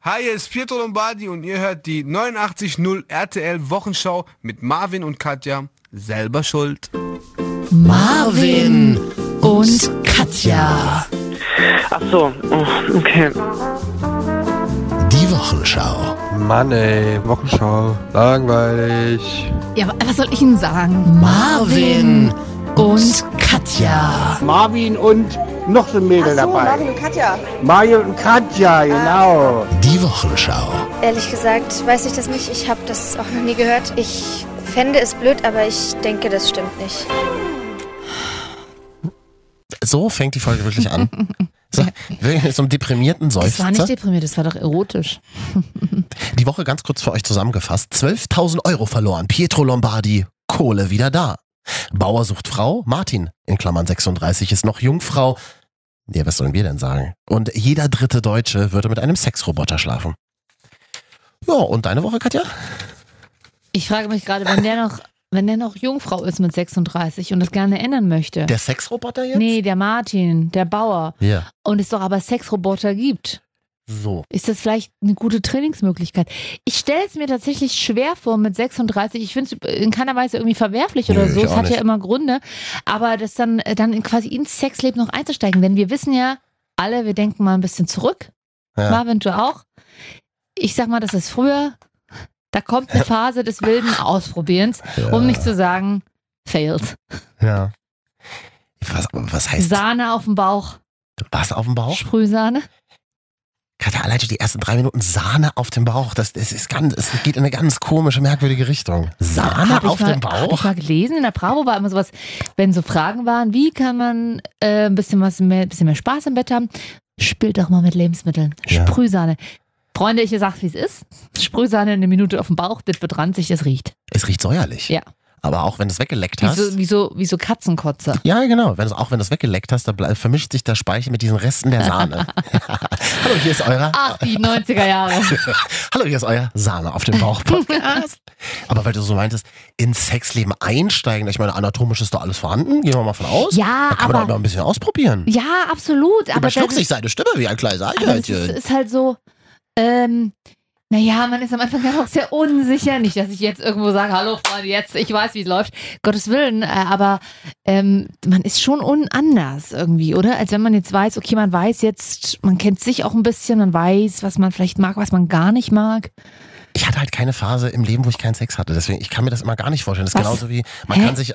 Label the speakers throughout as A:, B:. A: Hi, hier ist Pietro Lombardi und ihr hört die 89.0 RTL Wochenschau mit Marvin und Katja. Selber schuld.
B: Marvin und Katja.
C: Ach so, oh, okay.
D: Die Wochenschau.
E: Mann ey, Wochenschau. Langweilig.
B: Ja, wa- was soll ich Ihnen sagen? Marvin und Katja.
F: Marvin und noch so ein Mädel
G: Ach so,
F: dabei.
G: Marvin und Katja.
F: Mario und Katja, genau.
D: Die Wochenschau.
H: Ehrlich gesagt weiß ich das nicht. Ich habe das auch noch nie gehört. Ich fände es blöd, aber ich denke, das stimmt nicht.
D: So fängt die Folge wirklich an. So, wirklich mit so einem deprimierten
B: Das war nicht
D: Seufzer.
B: deprimiert, das war doch erotisch.
D: Die Woche ganz kurz für euch zusammengefasst. 12.000 Euro verloren. Pietro Lombardi. Kohle wieder da. Bauer sucht Frau. Martin, in Klammern 36, ist noch Jungfrau. Ja, was sollen wir denn sagen? Und jeder dritte Deutsche würde mit einem Sexroboter schlafen. Ja, und deine Woche, Katja?
B: Ich frage mich gerade, wenn der noch, wenn der noch Jungfrau ist mit 36 und das gerne ändern möchte.
D: Der Sexroboter jetzt?
B: nee, der Martin, der Bauer.
D: Ja.
B: Und es doch aber Sexroboter gibt.
D: So.
B: Ist das vielleicht eine gute Trainingsmöglichkeit? Ich stelle es mir tatsächlich schwer vor mit 36. Ich finde es in keiner Weise irgendwie verwerflich oder
D: Nö,
B: so.
D: ich
B: Es
D: auch
B: hat ja
D: nicht.
B: immer Gründe. Aber das dann, äh, dann in quasi ins Sexleben noch einzusteigen. Denn wir wissen ja alle, wir denken mal ein bisschen zurück.
D: Ja.
B: Marvin, du auch. Ich sag mal, das ist früher. Da kommt eine Phase des wilden Ausprobierens, um
D: Äh.
B: nicht zu sagen, failed.
D: Ja. Was, was heißt
B: Sahne auf dem Bauch,
D: was auf dem Bauch?
B: Sprühsahne.
D: Katja, allein schon die ersten drei Minuten Sahne auf dem Bauch. Das, das ist ganz, es geht in eine ganz komische, merkwürdige Richtung. Sahne
B: Hab ich
D: auf
B: mal,
D: dem
B: Hab ich
D: Bauch?
B: mal gelesen, in der Bravo war immer sowas, wenn so Fragen waren, wie kann man äh, ein bisschen was mehr, bisschen mehr Spaß im Bett haben, spielt doch mal mit Lebensmitteln.
D: Ja.
B: Sprühsahne. Freunde, ich sag's, wie es ist. Sprühsahne eine Minute auf dem Bauch, das wird ranzig, das riecht.
D: Es riecht säuerlich.
B: Ja.
D: Aber auch wenn du es weggeleckt
B: Wie
D: hast.
B: so, wie so, wie so Katzenkotze.
D: Ja, genau. Wenn es, auch wenn du es weggeleckt hast, dann ble- vermischt sich der Speichel mit diesen Resten der Sahne. Hallo, hier ist euer.
B: Ach, die 90er Jahre.
D: Hallo, hier ist euer Sahne auf dem Bauch Podcast. Aber weil du so meintest, ins Sexleben einsteigen, ich meine, anatomisch ist da alles vorhanden, gehen wir mal von aus.
B: Ja,
D: da kann man
B: aber-
D: doch noch ein bisschen ausprobieren.
B: Ja, absolut. Aber
D: Überschluckt
B: das-
D: sich seine Stimme wie ein kleines
B: Aber es ist,
D: Eichhörnchen.
B: ist halt so, ähm, naja, man ist am Anfang ja auch sehr unsicher. Nicht, dass ich jetzt irgendwo sage, hallo Freunde, jetzt, ich weiß, wie es läuft. Gottes Willen, äh, aber ähm, man ist schon un anders irgendwie, oder? Als wenn man jetzt weiß, okay, man weiß jetzt, man kennt sich auch ein bisschen, man weiß, was man vielleicht mag, was man gar nicht mag.
D: Ich hatte halt keine Phase im Leben, wo ich keinen Sex hatte. Deswegen, ich kann mir das immer gar nicht vorstellen. Das ist
B: Was?
D: genauso wie, man
B: Hä?
D: kann sich,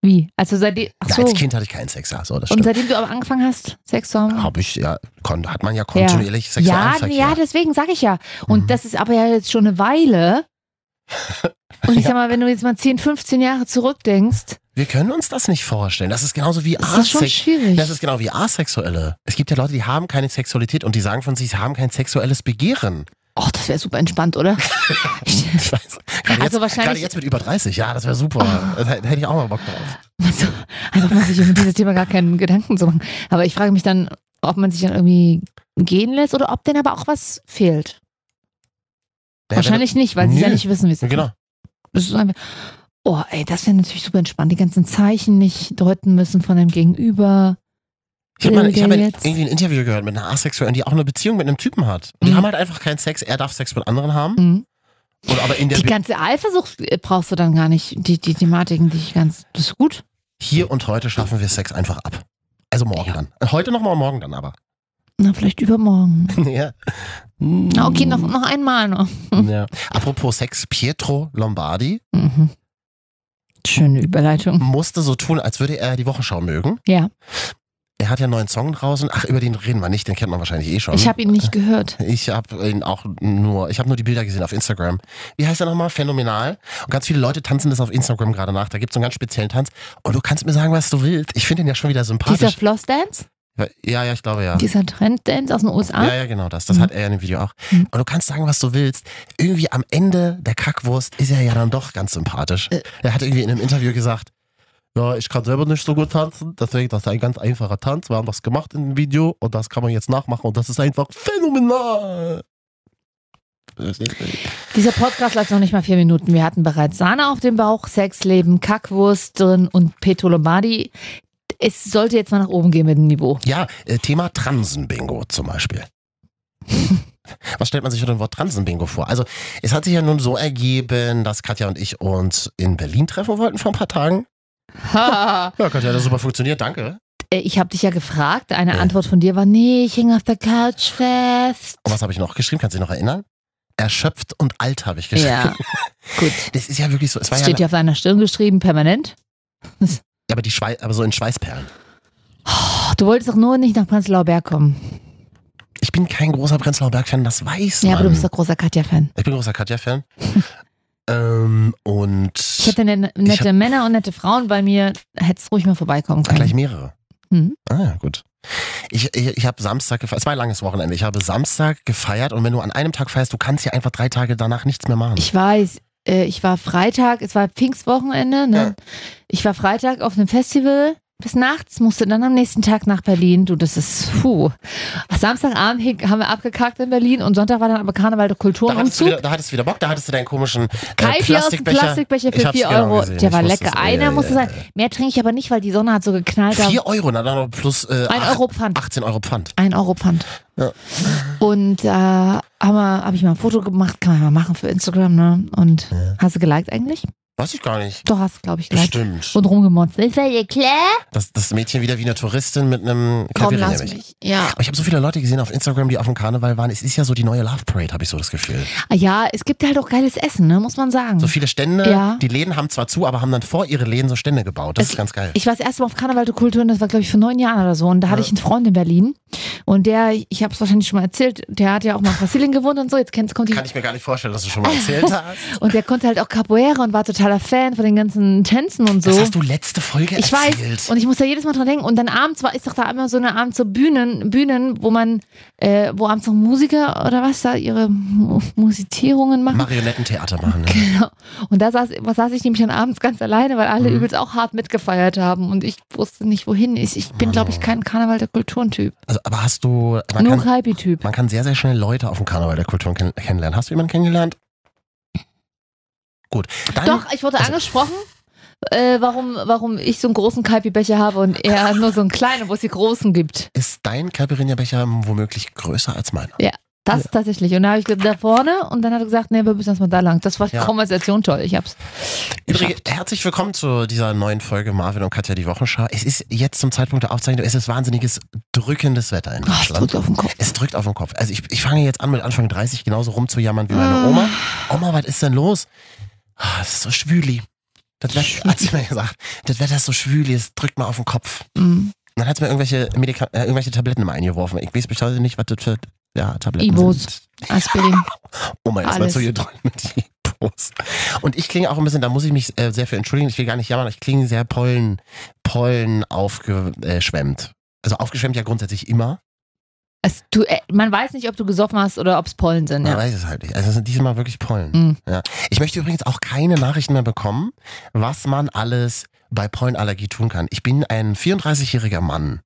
B: Wie? Also seitdem, ach
D: ja,
B: so,
D: als Kind hatte ich keinen Sex, ja, so, das
B: und
D: stimmt.
B: seitdem du aber angefangen hast, Sex zu haben?
D: Hab ich, ja, kon, hat man ja kontinuierlich Sexualverkehr.
B: Ja, ja, deswegen sage ich ja. Und
D: Mhm.
B: das ist aber ja jetzt schon eine Weile. Und ich
D: Ja.
B: sag mal, wenn du jetzt mal 10, 15 Jahre zurückdenkst,
D: Wir können uns das nicht vorstellen. Das ist genauso wie
B: ist das schon
D: Asex.
B: schwierig.
D: Das ist genau wie Asexuelle. Es gibt ja Leute, die haben keine Sexualität und die sagen von sich, sie haben kein sexuelles Begehren.
B: Och, Oh, das wäre super entspannt, oder?
D: Ich weiß. Gerade
B: Also
D: jetzt,
B: wahrscheinlich- Oh.
D: Gerade jetzt mit über 30, ja, das wäre super. Da hätte ich auch mal Bock drauf.
B: Also, einfach muss ich um dieses Thema gar keinen Gedanken zu machen. Aber ich frage mich dann, ob man sich dann irgendwie gehen lässt oder ob denn aber auch was fehlt.
D: Ja,
B: Wahrscheinlich nicht, weil sie ja
D: Nö.
B: nicht wissen, wie es
D: wenn- Genau.
B: Das ist einfach, oh, ey, das wäre natürlich super entspannt. Die ganzen Zeichen nicht deuten müssen von dem Gegenüber.
D: Ich habe mal,
B: Will
D: ich hab mal
B: der jetzt?
D: irgendwie ein Interview gehört mit einer Asexuellen, die auch eine Beziehung mit einem Typen hat. Und die
B: Mhm.
D: haben halt einfach keinen Sex, er darf Sex mit anderen haben.
B: Mhm.
D: Und aber in der
B: Die
D: Be
B: ganze Eifersucht äh, brauchst du dann gar nicht. Die, die Thematiken, die ich ganz. Das ist gut.
D: hier und heute schaffen wir Sex einfach ab. Also morgen
B: Ja.
D: dann. Heute nochmal und morgen dann aber.
B: Na, vielleicht übermorgen.
D: ja.
B: Na, okay, noch, noch einmal noch.
D: Ja. Apropos Sex, Pietro Lombardi
B: Mhm. Schöne Überleitung.
D: musste so tun, als würde er die Wochenschau mögen.
B: Ja,
D: Er hat ja einen neuen Song draußen. Ach, über den reden wir nicht, den kennt man wahrscheinlich eh schon.
B: ich habe ihn nicht gehört.
D: Ich habe ihn auch nur, ich habe nur die Bilder gesehen auf Instagram. Wie heißt er nochmal? Phänomenal. Und ganz viele Leute tanzen das auf Instagram gerade nach. Da gibt es einen ganz speziellen Tanz. Und du kannst mir sagen, was du willst. Ich finde ihn ja schon wieder
B: Dieser
D: sympathisch.
B: Flossdance,
D: Ja, ja, ich glaube ja.
B: dieser Trenddance aus den USA.
D: Ja, ja, genau das. Das
B: Mhm.
D: hat er ja in dem Video auch.
B: Mhm.
D: Und du kannst sagen, was du willst. Irgendwie am Ende der Kackwurst ist er ja dann doch ganz sympathisch.
B: Äh.
D: Er hat irgendwie in einem Interview gesagt, ja, ich kann selber nicht so gut tanzen, deswegen das ist ein ganz einfacher Tanz. Wir haben das gemacht in dem Video und das kann man jetzt nachmachen und das ist einfach phänomenal.
B: Äh, Dieser Podcast läuft noch nicht mal vier Minuten. Wir hatten bereits Sahne auf dem Bauch, Sexleben, Kackwurst drin und Petro Lombardi. Es sollte jetzt mal nach oben gehen mit dem Niveau.
D: Ja, äh, Thema Transen-Bingo zum Beispiel. was stellt man sich unter dem Wort Transenbingo vor? Also, es hat sich ja nun so ergeben, dass Katja und ich uns in Berlin treffen wollten vor ein paar Tagen.
B: Haha.
D: Ja, Katja, das hat super funktioniert, danke.
B: Äh, ich habe dich ja gefragt. Eine
D: Ja.
B: Antwort von dir war, nee, ich hing auf der Couch fest.
D: Und was habe ich noch geschrieben? Kannst du dich noch erinnern? Erschöpft und alt habe ich geschrieben.
B: Ja, gut.
D: Das ist ja wirklich so. Es war
B: Das
D: ja,
B: steht ja auf deiner Stirn geschrieben, permanent.
D: aber die Schwei aber so in Schweißperlen.
B: Ach, du wolltest doch nur nicht nach Prenzlauer Berg kommen.
D: Ich bin kein großer Prenzlauer Berg-Fan, das weiß
B: Ja,
D: man.
B: aber du bist doch großer Katja-Fan.
D: ich bin großer Katja-Fan. ähm, und
B: Ich hätte ne- nette Männer und nette Frauen bei mir. Hättest ruhig mal vorbeikommen
D: Ah, gleich
B: können.
D: mehrere.
B: Mhm.
D: Ah, ja, gut. Ich, ich, ich habe Samstag gefeiert. Es war ein langes Wochenende. Ich habe Samstag gefeiert und wenn du an einem Tag feierst, du kannst ja einfach drei Tage danach nichts mehr machen.
B: Ich weiß, äh, ich war Freitag, es war Pfingstwochenende. Ne? Ich war Freitag auf einem Festival bis nachts, musste dann am nächsten Tag nach Berlin. Du, das ist, puh. Samstagabend hing- haben wir abgekackt in Berlin und Sonntag war dann aber Karneval der Kultur
D: da,
B: und
D: hattest du wieder,
B: Umzug.
D: da hattest du wieder Bock, da hattest du deinen komischen äh,
B: Kai aus dem
D: Plastikbecher.
B: Plastikbecher
D: Ich
B: für
D: hab's
B: 4
D: genau
B: Euro.
D: gesehen.
B: Der
D: Ich
B: war
D: wusste
B: lecker.
D: es. Ja,
B: Einer
D: ja,
B: musste
D: ja,
B: sein. Mehr trinke ich aber nicht, weil die Sonne hat so geknallt. Da-
D: 4 Euro, na, dann noch plus äh,
B: Ein
D: acht-
B: Euro Pfand.
D: 18 Euro Pfand.
B: 1 Euro Pfand.
D: Ja.
B: Und da äh, habe hab ich mal ein Foto gemacht, kann man mal machen für Instagram, ne? Und hast du geliked eigentlich?
D: Weiß ich gar nicht.
B: Doch, hast du, glaube ich, geliked.
D: Bestimmt.
B: Und rumgemotzt. Ist ja dir klar?
D: Das, das Mädchen wieder wie eine Touristin mit einem
B: Komm,
D: Klavier
B: lass
D: nämlich.
B: mich. Ja.
D: Aber ich habe so viele Leute gesehen auf Instagram, die auf dem Karneval waren. Es ist ja so die neue Love Parade, habe ich so das Gefühl.
B: Ah, ja, es gibt halt auch geiles Essen, ne? muss man sagen.
D: So viele Stände,
B: Ja.
D: die Läden haben zwar zu, aber haben dann vor ihre Läden so Stände gebaut. Das
B: Es-
D: ist ganz geil.
B: Ich war das erste Mal auf Karneval der Kultur und das war, glaube ich, vor neun Jahren oder so. Und da hatte ich einen Freund in Berlin. Und der, ich habe es wahrscheinlich schon mal erzählt, der hat ja auch mal in Brasilien gewohnt und so. Jetzt kennt, kommt die
D: Kann ich mir gar nicht vorstellen, dass du schon mal erzählt hast.
B: Und der konnte halt auch Capoeira und war totaler Fan von den ganzen Tänzen und so.
D: Das hast du letzte Folge
B: ich
D: erzählt.
B: weiß. Und ich muss da jedes Mal dran denken. Und dann abends war, ist doch da immer so eine Abend so Bühnen, Bühnen, wo man, äh, wo abends noch Musiker oder was da ihre Mu- Musizierungen machen.
D: Marionettentheater machen. ne? Ja.
B: Genau. Und da saß, was saß ich nämlich dann abends ganz alleine, weil
D: Mhm.
B: alle übelst auch hart mitgefeiert haben und ich wusste nicht, wohin. Ich, ich bin, glaube ich, kein Karneval der Kulturentyp.
D: Also, aber hast du. Man
B: Nur
D: kann,
B: Hype-Typ.
D: man kann sehr, sehr schnell Leute auf dem Karneval der Kulturen kenn kennenlernen. Hast du jemanden kennengelernt? Gut. Dann,
B: Doch, ich wurde
D: also-
B: angesprochen. Äh, warum, warum ich so einen großen Kaipi-Becher habe und er nur so einen kleinen, wo es die großen gibt.
D: Ist dein Caipirinha-Becher womöglich größer als meiner?
B: Das tatsächlich. Und da habe ich gesagt, da vorne und dann hat er gesagt, nee, wir müssen erstmal da lang. Das war die
D: Ja.
B: Konversation toll. Ich hab's.
D: Übrigens, herzlich willkommen zu dieser neuen Folge Marvin und Katja die Wochenschau. Es ist jetzt zum Zeitpunkt der Aufzeichnung, es ist wahnsinniges drückendes Wetter in
B: Oh, es
D: Deutschland.
B: drückt auf den Kopf.
D: es drückt auf den Kopf. Also ich, ich fange jetzt an mit Anfang 30 genauso rumzujammern wie meine Oma. Oma, was ist denn los? Ah, Es ist so schwüli. Das Wetter, hat sie mir gesagt, das Wetter ist so schwüli, es drückt mal auf den Kopf.
B: Mm.
D: Und dann hat sie mir irgendwelche, Medika äh, irgendwelche Tabletten immer eingeworfen. Ich weiß bis heute nicht, was das für ja, Tabletten
B: Ibos.
D: sind. Um
B: Aspirin.
D: Oma erstmal
B: Alles.
D: zu ihr drücken mit die Post. Und ich klinge auch ein bisschen, da muss ich mich äh, sehr für entschuldigen, ich will gar nicht jammern, ich klinge sehr Pollen, Pollen aufgeschwemmt. Also aufgeschwemmt ja grundsätzlich immer.
B: Es, du, äh, man weiß nicht, ob du gesoffen hast oder ob es Pollen sind.
D: Man
B: Ja.
D: weiß es halt nicht. Also es sind diesmal wirklich Pollen.
B: Mhm.
D: Ja. Ich möchte übrigens auch keine Nachrichten mehr bekommen, was man alles bei Pollenallergie tun kann. Ich bin ein 34-jähriger Mann,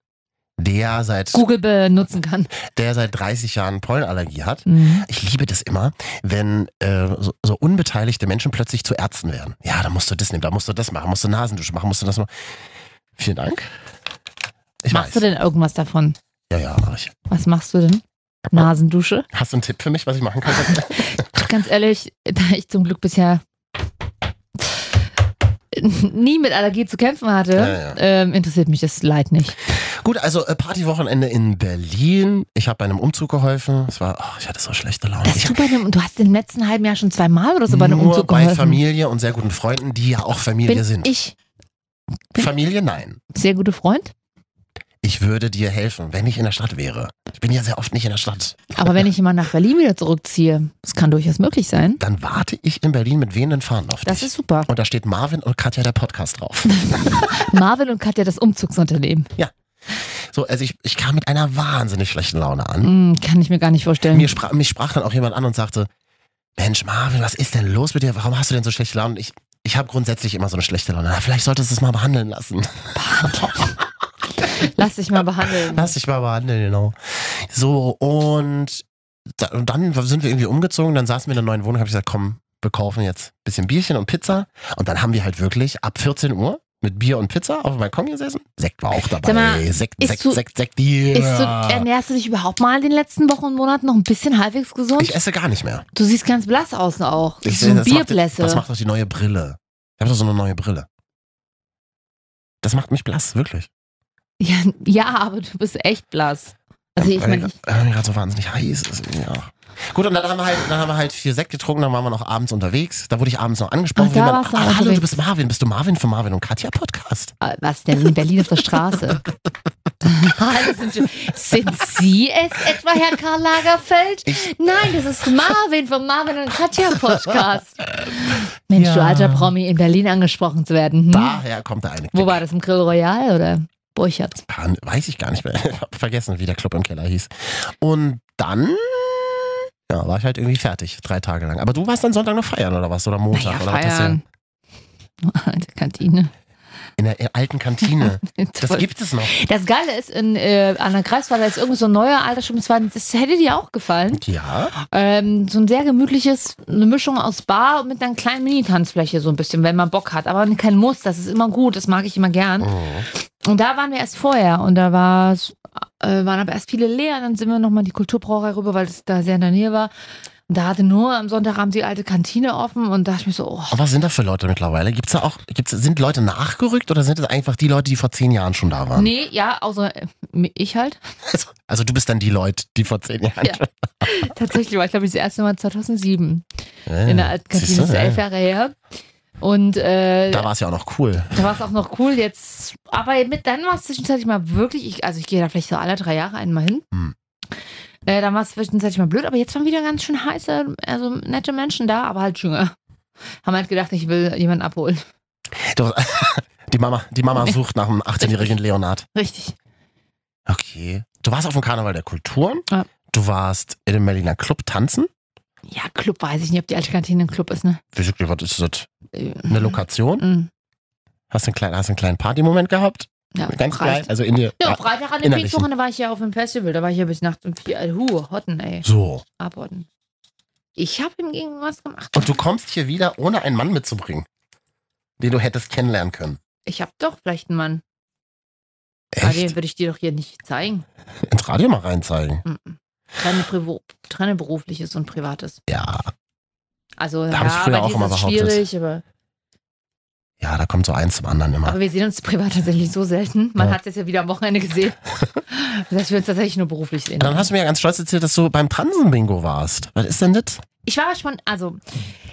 D: der seit,
B: Google benutzen kann.
D: der seit 30 Jahren Pollenallergie hat.
B: Mhm.
D: Ich liebe das immer, wenn äh, so, so unbeteiligte Menschen plötzlich zu Ärzten werden. Ja, da musst du das nehmen, da musst du das machen, musst du Nasendusche machen, musst du das machen. Vielen Dank. Ich
B: machst
D: weiß.
B: du denn irgendwas davon?
D: Ja, ja, mach ich.
B: Was machst du denn? Nasendusche?
D: Hast du einen Tipp für mich, was ich machen kann?
B: Ganz ehrlich, da ich zum Glück bisher nie mit Allergie zu kämpfen hatte,
D: Ja, ja.
B: Ähm, interessiert mich das Leid nicht.
D: Gut, also äh, Partywochenende in Berlin. Ich habe bei einem Umzug geholfen. Es war, oh, ich hatte so schlechte Laune.
B: Dass
D: ich
B: du bei einem, und du hast im letzten halben Jahr schon zweimal oder so bei einem
D: nur
B: Umzug
D: bei
B: geholfen.
D: Familie und sehr guten Freunden, die ja auch Familie
B: Bin
D: sind.
B: ich bin-
D: Familie, nein.
B: sehr guter Freund,
D: Ich würde dir helfen, wenn ich in der Stadt wäre. Ich bin ja sehr oft nicht in der Stadt.
B: aber wenn ich immer nach Berlin wieder zurückziehe, das kann durchaus möglich sein.
D: Dann warte ich in Berlin mit wehenden Fahnen auf
B: Das
D: dich.
B: ist super.
D: Und da steht Marvin und Katja der Podcast drauf.
B: Marvin und Katja, das Umzugsunternehmen.
D: So, also ich, ich kam mit einer wahnsinnig schlechten Laune an.
B: Hm, kann ich mir gar nicht vorstellen.
D: Mir sprach, mich sprach dann auch jemand an und sagte, Mensch Marvin, was ist denn los mit dir? Warum hast du denn so schlechte Laune? Und ich, ich habe grundsätzlich immer so eine schlechte Laune. Na, vielleicht solltest du es mal behandeln lassen.
B: Lass dich mal behandeln.
D: Lass dich mal behandeln, genau. So, und, da, und dann sind wir irgendwie umgezogen, dann saßen wir in der neuen Wohnung, habe ich gesagt, komm, wir kaufen jetzt ein bisschen Bierchen und Pizza. Und dann haben wir halt wirklich ab 14 Uhr mit Bier und Pizza auf dem Balkon gesessen. Sekt war auch dabei.
B: Sag mal,
D: Sekt,
B: isst
D: Sekt,
B: du-
D: Sekt, Sekt, die.
B: Ist du, ernährst du dich überhaupt mal in den letzten Wochen und Monaten noch ein bisschen halbwegs gesund?
D: Ich esse gar nicht mehr.
B: du siehst ganz blass außen auch.
D: Ich,
B: so ein
D: das, macht,
B: Bierblässe.
D: das macht doch die neue Brille. Ich habe doch so eine neue Brille. Das macht mich blass, wirklich.
B: ja, ja, aber du bist echt blass. Also ich meine, ich-
D: Weil mir gerade so wahnsinnig heiß ist. Ja. Gut, und dann haben, wir halt, dann haben wir halt viel Sekt getrunken, dann waren wir noch abends unterwegs. Da wurde ich abends noch angesprochen.
B: Ach, da
D: wie man-
B: warst du
D: ah, hallo, du
B: unterwegs.
D: bist Marvin. Bist du Marvin von Marvin und Katja Podcast?
B: äh, was denn in Berlin auf der Straße? Hallo, sind, sind Sie es etwa, Herr Karl Lagerfeld? Nein, das ist Marvin vom Marvin und Katja Podcast. Mensch,
D: Ja.
B: du alter Promi, in Berlin angesprochen zu werden. Hm?
D: Daher kommt der eine.
B: Wo war das? Im Grill Royal oder Burchard?
D: Pan- Weiß ich gar nicht mehr. Ich hab vergessen, wie der Club im Keller hieß. Und dann ja, war ich halt irgendwie fertig, drei Tage lang. Aber du warst dann Sonntag noch feiern oder was? Oder Montag?
B: Naja,
D: oder was das
B: feiern.
D: denn?
B: Alte Kantine.
D: In der alten Kantine. Das gibt es noch.
B: Das Geile ist, in, äh, an der Kreiswalder ist irgend so ein neuer alter Schummelswagen. Das hätte dir auch gefallen.
D: Ja.
B: Ähm, so ein sehr gemütliches, eine Mischung aus Bar mit einer kleinen Mini-Tanzfläche so ein bisschen, wenn man Bock hat. Aber kein Muss, das ist immer gut, das mag ich immer gern.
D: Mhm.
B: Und da waren wir erst vorher und da war's, äh, waren aber erst viele leer. Und dann sind wir nochmal in die Kulturbrauerei rüber, weil es da sehr in der Nähe war. Und da hatte nur am Sonntagabend die alte Kantine offen und da dachte ich mir so, oh,
D: Aber was sind da für Leute mittlerweile? Gibt's da auch, gibt's, sind Leute nachgerückt oder sind das einfach die Leute, die vor zehn Jahren schon da waren?
B: nee, ja, außer äh, ich halt.
D: Also, also du bist dann die Leute, die vor zehn Jahren
B: Ja.
D: schon.
B: Tatsächlich war ich, glaube ich, das erste Mal 2007
D: Äh,
B: in der alten Kantine,
D: siehst du,
B: das ist elf Jahre her. Und äh,
D: Da war es ja auch noch cool.
B: Da war es auch noch cool jetzt. Aber mit, dann war es zwischenzeitlich mal wirklich, ich, also ich gehe da vielleicht so alle drei Jahre einmal hin.
D: Hm.
B: Äh, dann war es zwischenzeitlich mal blöd, aber jetzt waren wieder ganz schön heiße, also nette Menschen da, aber halt Jünger. Haben halt gedacht, ich will jemanden abholen.
D: Du- Die Mama, die Mama sucht nach einem 18-jährigen Leonard.
B: Richtig.
D: Okay. Du warst auf dem Karneval der Kulturen.
B: Ja.
D: Du warst in dem Berliner Club tanzen.
B: Ja, Club weiß ich nicht, ob die alte Kantine ein Club ist, ne?
D: Wie wirklich, was ist das?
B: Äh,
D: Eine Lokation?
B: mm,
D: Hast du einen kleinen, hast du einen kleinen Partymoment gehabt?
B: Ja,
D: Ganz
B: reicht.
D: klein. Also in dir.
B: Ja, Freitag an dem
D: innerlich.
B: Pfingstwochenende war ich ja auf dem Festival, da war ich ja bis nachts um vier. äh, Hu, Hotten, ey.
D: So.
B: Arbeiten. Ich habe im Gegenteil was gemacht.
D: Und du kommst hier wieder, ohne einen Mann mitzubringen, den du hättest kennenlernen können.
B: Ich habe doch vielleicht einen Mann. Aber den
D: Echt?
B: würde ich dir doch hier nicht zeigen.
D: Ins Radio mal reinzeigen.
B: Mhm. Trenne, privo- trenne berufliches und privates.
D: Ja.
B: Also
D: Da hab ich
B: ja,
D: früher
B: bei
D: auch
B: dir
D: immer
B: ist es
D: behauptet.
B: schwierig, aber,
D: Ja, da kommt so eins zum anderen immer.
B: aber wir sehen uns privat tatsächlich so selten. Man
D: Ja.
B: hat es jetzt ja wieder am Wochenende gesehen, dass wir uns tatsächlich nur beruflich sehen.
D: Und dann hast du mir ja ganz stolz erzählt, dass du beim Transen-Bingo warst. Was ist denn das?
B: ich war schon, also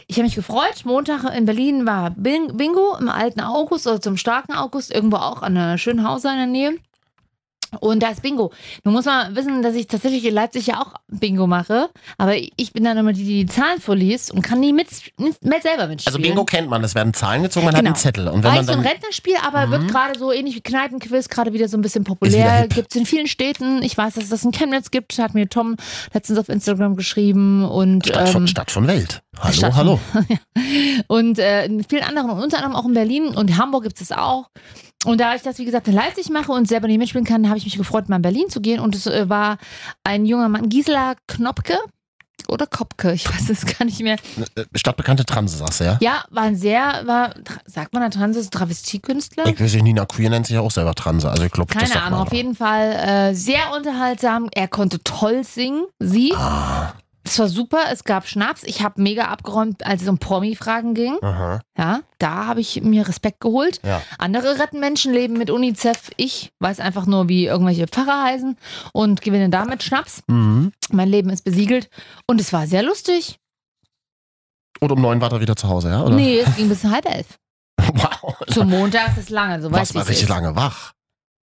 B: ich habe mich gefreut. Montag in Berlin war Bin- Bingo im alten August oder zum starken August, irgendwo auch an einer schönen Hauser in der Nähe. Und da ist Bingo. Nun muss man wissen, dass ich tatsächlich in Leipzig ja auch Bingo mache. Aber ich bin dann immer die, die die Zahlen vorliest und kann nie mit, mit, mit selber mitspielen.
D: Also Bingo kennt man, es werden Zahlen gezogen, man
B: Genau.
D: hat einen Zettel. Und wenn
B: War
D: man
B: ich so ein
D: dann.
B: Rentnerspiel, aber
D: Mhm.
B: wird gerade so ähnlich wie Kneipenquiz, gerade wieder so ein bisschen
D: wieder
B: populär.
D: hip.
B: Gibt es in vielen Städten. Ich weiß, dass es das in Chemnitz gibt, hat mir Tom letztens auf Instagram geschrieben. Und,
D: Stadt,
B: ähm,
D: von, Stadt von Welt. Hallo,
B: Stadt von-
D: hallo.
B: und äh, in vielen anderen, und unter anderem auch in Berlin und Hamburg gibt es das auch. Und da ich das, wie gesagt, in Leipzig mache und selber nicht mitspielen kann, habe ich mich gefreut, mal in Berlin zu gehen. Und es äh, war ein junger Mann, Gisela Knopke oder Kopke, ich weiß es gar nicht mehr.
D: Äh, Stadtbekannte Transe, sagst du, ja?
B: Ja, war ein sehr, war, tra- sagt man da Trans, ist Travestiekünstler?
D: Ich weiß nicht, Nina Queer nennt sich ja auch selber Transe. Also ich glaube, das
B: Keine
D: sagt
B: Ahnung,
D: man
B: auf jeden Fall äh, sehr unterhaltsam. Er konnte toll singen, sie.
D: Ah,
B: Es war super, es gab Schnaps. Ich habe mega abgeräumt, als es um Promi-Fragen ging.
D: aha.
B: Ja, da habe ich mir Respekt geholt.
D: Ja.
B: Andere retten Menschenleben mit UNICEF. Ich weiß einfach nur, wie irgendwelche Pfarrer heißen und gewinne damit Schnaps.
D: Mhm.
B: Mein Leben ist besiegelt und es war sehr lustig.
D: Und um neun war er wieder zu Hause, ja? Oder?
B: Nee, es ging bis halb elf.
D: Wow.
B: Zum Montag ist es lange, so weiß
D: Warst
B: ich
D: mal
B: es ist.
D: richtig lange wach.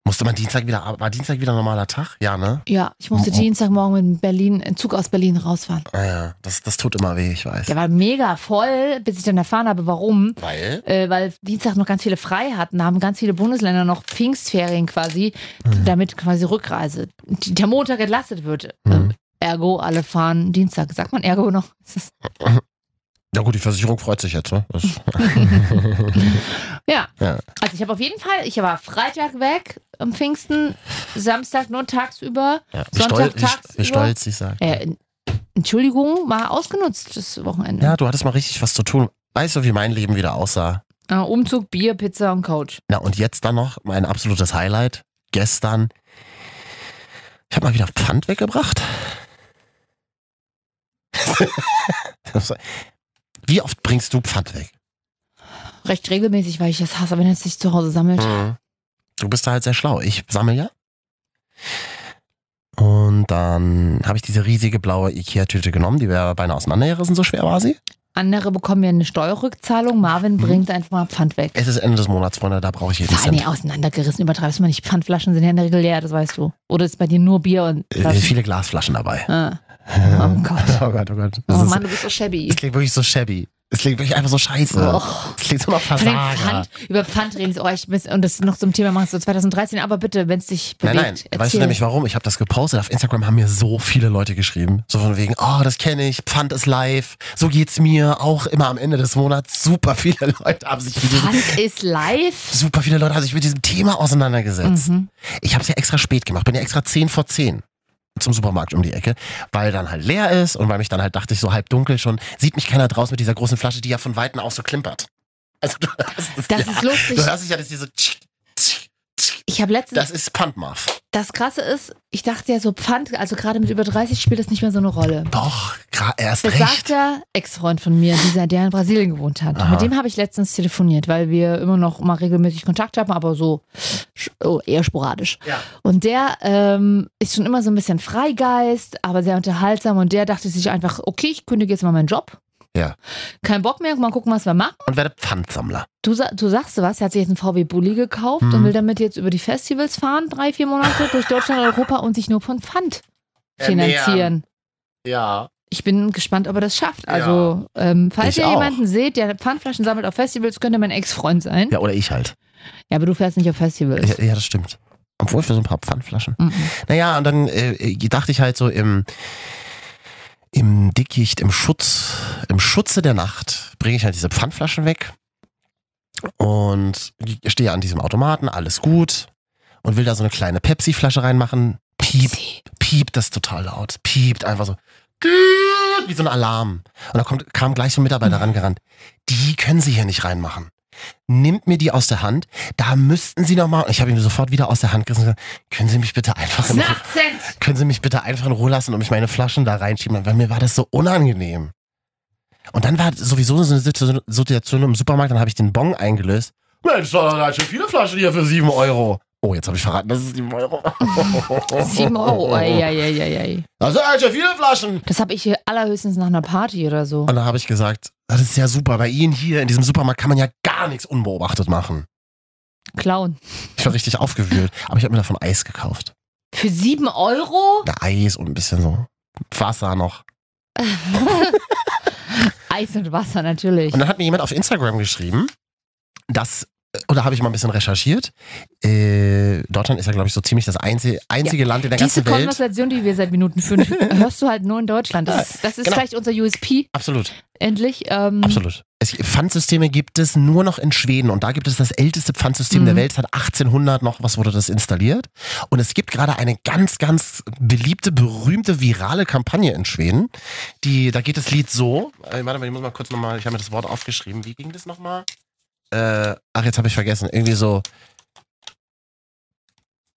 D: Musste man Dienstag wieder, ar- war Dienstag wieder normaler Tag? Ja, ne?
B: Ja, ich musste
D: Oh, oh.
B: Dienstagmorgen mit Berlin, in Zug aus Berlin rausfahren.
D: Ah ja, das, das tut immer weh, ich weiß.
B: Der war mega voll, bis ich dann erfahren habe, warum.
D: Weil?
B: Äh, weil Dienstag noch ganz viele frei hatten, da haben ganz viele Bundesländer noch Pfingstferien quasi, damit quasi Rückreise, die- der Montag entlastet wird.
D: Mhm.
B: Ähm, Ergo, alle fahren Dienstag. Sagt man Ergo noch? Ist das-
D: Ja gut, die Versicherung freut sich jetzt, ne?
B: Hm.
D: Das,
B: Ja.
D: Ja.
B: Also ich habe auf jeden Fall, ich war Freitag weg am Pfingsten, Samstag nur tagsüber.
D: ja. Wie,
B: Sonntag
D: stolz, wie, sch-
B: tagsüber.
D: wie stolz ich sage.
B: Äh, Entschuldigung, war ausgenutzt das Wochenende.
D: Ja, du hattest mal richtig was zu tun. Weißt du, wie mein Leben wieder aussah?
B: Ah, Umzug, Bier, Pizza und Couch.
D: Na, und jetzt dann noch mein absolutes Highlight. Gestern. Ich habe mal wieder Pfand weggebracht. Wie oft bringst du Pfand weg?
B: Recht regelmäßig, weil ich das hasse, wenn er es sich zu Hause sammelt.
D: Mhm. Du bist da halt sehr schlau. Ich sammle ja. Und dann habe ich diese riesige blaue Ikea-Tüte genommen, die wäre beinahe auseinandergerissen, so schwer war sie.
B: Andere bekommen ja eine Steuerrückzahlung. Marvin
D: Mhm.
B: bringt einfach mal Pfand weg.
D: Es ist Ende des Monats, Freunde, da brauche ich jeden
B: Vor allem
D: Cent.
B: auseinandergerissen, übertreibst du mal nicht. Pfandflaschen sind ja in der Regel leer, das weißt du. Oder ist bei dir nur Bier und
D: Äh,
B: Flaschen?
D: viele Glasflaschen dabei.
B: Ah. Oh Gott.
D: Oh Gott, oh Gott.
B: Oh
D: Das ist,
B: Mann, du bist so shabby.
D: es klingt wirklich so shabby. Es klingt wirklich einfach so scheiße.
B: Oh.
D: Es klingt so nach
B: Von dem
D: Versager.
B: Pfand, über Pfand reden sie, oh, ich miss, und das noch zum Thema machst du 2013, aber bitte, wenn es dich bewegt,
D: Nein, nein.
B: erzähl.
D: Weißt du nämlich warum? Ich habe das gepostet. Auf Instagram haben mir so viele Leute geschrieben. So von wegen, oh, das kenne ich, Pfand ist live, so geht's mir. Auch immer am Ende des Monats. Super viele Leute haben sich mit diesem,
B: Pfand ist live.
D: super viele Leute haben sich mit diesem Thema auseinandergesetzt.
B: Mhm.
D: Ich habe es ja extra spät gemacht, bin ja extra 10 vor 10 zum Supermarkt um die Ecke, weil dann halt leer ist und weil mich dann halt dachte ich so halb dunkel schon, sieht mich keiner draus mit dieser großen Flasche, die ja von Weitem auch so klimpert. Also du hörst es
B: Das
D: ja.
B: ist lustig.
D: Du hörst es ja, dass diese tsch, tsch, tsch.
B: Ich habe letztens,
D: Das
B: das,
D: ist Pfandmarf.
B: Krasse ist, ich dachte ja so Pfand, also gerade mit über 30 spielt das nicht mehr so eine Rolle.
D: Doch, gra- erst recht.
B: Besagter Ex-Freund von mir, dieser, der in Brasilien gewohnt hat.
D: Aha.
B: Mit dem habe ich letztens telefoniert, weil wir immer noch mal regelmäßig Kontakt haben, aber so sch- oh, eher sporadisch.
D: Ja.
B: Und der ähm, ist schon immer so ein bisschen Freigeist, aber sehr unterhaltsam. Und der dachte sich einfach, okay, ich kündige jetzt mal meinen Job.
D: Ja.
B: Kein Bock mehr, mal gucken, was wir machen.
D: Und werde Pfandsammler.
B: Du, sa- du sagst was, er hat sich jetzt einen VW Bulli gekauft
D: Mhm.
B: und will damit jetzt über die Festivals fahren, drei, vier Monate durch Deutschland, Europa und sich nur von Pfand
D: Ernähren.
B: finanzieren.
D: Ja.
B: Ich bin gespannt, ob er das schafft. Also, ähm, falls
D: Ich
B: ihr
D: auch.
B: jemanden seht, der Pfandflaschen sammelt auf Festivals, könnte mein Ex-Freund sein. Ja.
D: Ja, oder ich halt.
B: aber du fährst nicht auf Festivals.
D: Ja, ja, das stimmt. Obwohl für so ein paar Pfandflaschen.
B: Mhm.
D: Naja, und dann äh, äh, dachte ich halt so im, im Dickicht, im Schutz, im Schutze der Nacht bringe ich halt diese Pfandflaschen weg und stehe an diesem Automaten, alles gut und will da so eine kleine Pepsi-Flasche reinmachen. Piep,
B: Sie.
D: piept das total laut. Piept einfach so. Piep, Wie so ein Alarm. Und da kommt, kam gleich so ein Mitarbeiter rangerannt. Die können sie hier nicht reinmachen. Nimmt mir die aus der Hand. Da müssten sie nochmal. Ich habe ihm sofort wieder aus der Hand gerissen. und gesagt, Können Sie mich bitte einfach in Ruhe,
B: 18 Cent!
D: können Sie mich bitte einfach in Ruhe lassen und mich meine Flaschen da reinschieben? Weil mir war das so unangenehm. Und dann war sowieso so eine Situ- Situation im Supermarkt, dann habe ich den Bon eingelöst. Mensch, da sind schon viele Flaschen hier für 7 Euro. Oh, jetzt habe ich verraten, das ist 7 Euro.
B: 7 Euro. Ei, ei, ei, ei, ei.
D: Das sind halt schon viele Flaschen.
B: Das habe ich hier allerhöchstens nach einer Party oder so.
D: Und da habe ich gesagt, das ist ja super. Bei Ihnen hier in diesem Supermarkt kann man ja gar nichts unbeobachtet machen.
B: Clown.
D: Ich war richtig aufgewühlt. Aber ich habe mir davon Eis gekauft.
B: Für 7 Euro?
D: Na, Eis und ein bisschen so Wasser noch.
B: Eis und Wasser natürlich.
D: Und dann hat mir jemand auf Instagram geschrieben, dass, äh, oder habe ich mal ein bisschen recherchiert, äh, Deutschland ist ja, glaube ich, so ziemlich das einzige, einzige Land in der
B: Diese
D: ganzen Welt.
B: Konversation, die wir seit Minuten 5 hörst du halt nur in Deutschland. Das ist, das ist
D: Genau.
B: vielleicht unser USP
D: Absolut,
B: Mhm. endlich. Ähm,
D: absolut. Es, Pfandsysteme gibt es nur noch in Schweden und da gibt es das älteste Pfandsystem
B: Mhm.
D: der Welt. Es hat 1800 noch, was wurde das installiert? Und es gibt gerade eine ganz, ganz beliebte, berühmte, virale Kampagne in Schweden. Die, da geht das Lied so. Äh, warte mal, ich muss mal kurz nochmal, ich habe mir das Wort aufgeschrieben. Wie ging das nochmal? Äh, ach, jetzt habe ich vergessen. Irgendwie so.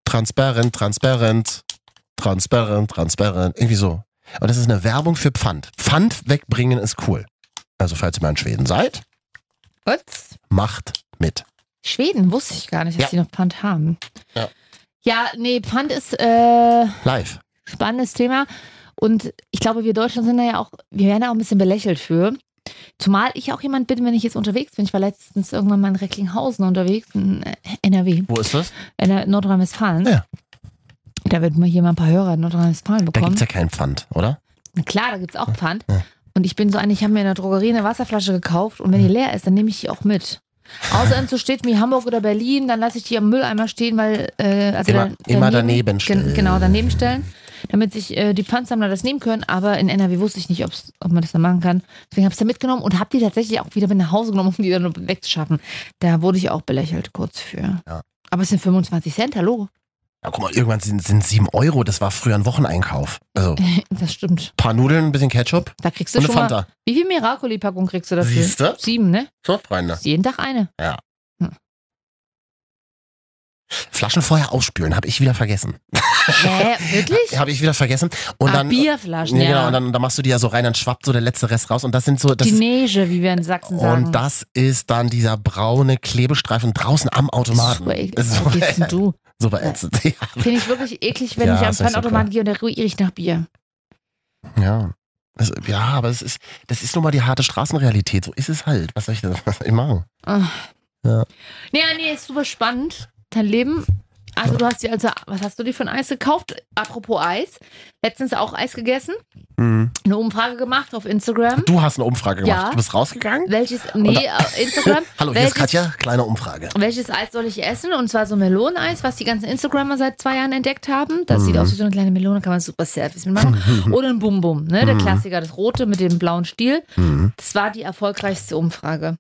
D: Transparent, transparent, transparent, transparent. Irgendwie so. Und das ist eine Werbung für Pfand. Pfand wegbringen ist cool. Also, falls ihr mal in Schweden seid,
B: Ups.
D: macht mit.
B: Schweden wusste ich gar nicht, dass
D: Ja.
B: die noch Pfand haben.
D: Ja.
B: Ja, nee, Pfand ist äh,
D: Live.
B: spannendes Thema. Und ich glaube, wir Deutschen sind da ja auch, wir werden da auch ein bisschen belächelt für. Zumal ich auch jemand bin, wenn ich jetzt unterwegs bin. Ich war letztens irgendwann mal in Recklinghausen unterwegs, in äh, NRW,
D: Wo ist das?
B: in Nordrhein-Westfalen.
D: Ja.
B: Da wird mal hier mal ein paar Hörer in Nordrhein-Westfalen
D: Da
B: bekommen.
D: gibt's ja keinen Pfand, oder?
B: Na klar, da gibt es auch Pfand.
D: Ja.
B: Und ich bin so eine, ich habe mir in der Drogerie eine Wasserflasche gekauft und wenn die leer ist, dann nehme ich die auch mit. Außer so steht wie Hamburg oder Berlin, dann lasse ich die am Mülleimer stehen, weil äh, also
D: Immer-
B: dann-
D: immer daneben
B: gen-
D: stellen.
B: Genau, daneben stellen, damit sich äh, die Pfandsammler das nehmen können. Aber in NRW wusste ich nicht, ob's, ob man das dann machen kann. Deswegen habe ich es da mitgenommen und habe die tatsächlich auch wieder mit nach Hause genommen, um die dann wegzuschaffen. Da wurde ich auch belächelt kurz für.
D: Ja.
B: Aber es sind 25 Cent, hallo.
D: Ja, guck mal, irgendwann sind, sind sieben Euro, das war früher ein Wocheneinkauf. Also ein
B: Das stimmt.
D: paar Nudeln, ein bisschen Ketchup
B: Da kriegst du
D: und
B: Äh.
D: eine
B: schon mal.
D: Fanta.
B: Wie viel Miracoli-Packung kriegst du dafür?
D: Siehste?
B: Sieben, ne?
D: So, Freunde.
B: Jeden Tag eine.
D: Flaschen vorher ausspülen, habe ich wieder vergessen.
B: Hä? Wirklich?
D: Habe ich wieder vergessen. Und
B: ah,
D: dann.
B: Bierflaschen,
D: Nee,
B: ja.
D: genau, und dann, dann machst du die ja so rein, dann schwappt so der letzte Rest raus. Und das sind so. Das
B: die
D: ist,
B: Neige, wie wir in Sachsen sagen.
D: und das ist dann dieser braune Klebestreifen draußen am Automaten.
B: Super eklig.
D: Das ist
B: Wo gehst denn
D: super,
B: du?
D: super ätzend. Ja.
B: Finde ich wirklich eklig, wenn
D: Ja,
B: ich am
D: ist nicht so
B: Pfannautomaten gehe und der riecht nach Bier.
D: Ja. Also, ja, aber es ist, das ist nun mal die harte Straßenrealität. So ist es halt. Was soll ich, denn- was soll ich machen?
B: Ah.
D: Ja.
B: Ja, nee, ist super spannend. Dein Leben. Also du hast dir also, was hast du dir von Eis gekauft? Apropos Eis. Letztens auch Eis gegessen.
D: Mhm.
B: Eine Umfrage gemacht auf Instagram.
D: Du hast eine Umfrage gemacht.
B: Ja.
D: Du bist rausgegangen?
B: Welches, nee, auf Instagram.
D: Hallo, hier ist
B: Welches-
D: Katja. Kleine Umfrage.
B: Welches Eis soll ich essen? Und zwar so Meloneis, was die ganzen Instagrammer seit zwei Jahren entdeckt haben. Das
D: Mhm.
B: sieht aus wie so eine kleine Melone, kann man super Selfies mitmachen. Oder ein Bum-Bum, ne? der Klassiker, das rote mit dem blauen Stiel.
D: Mhm.
B: Das war die erfolgreichste Umfrage,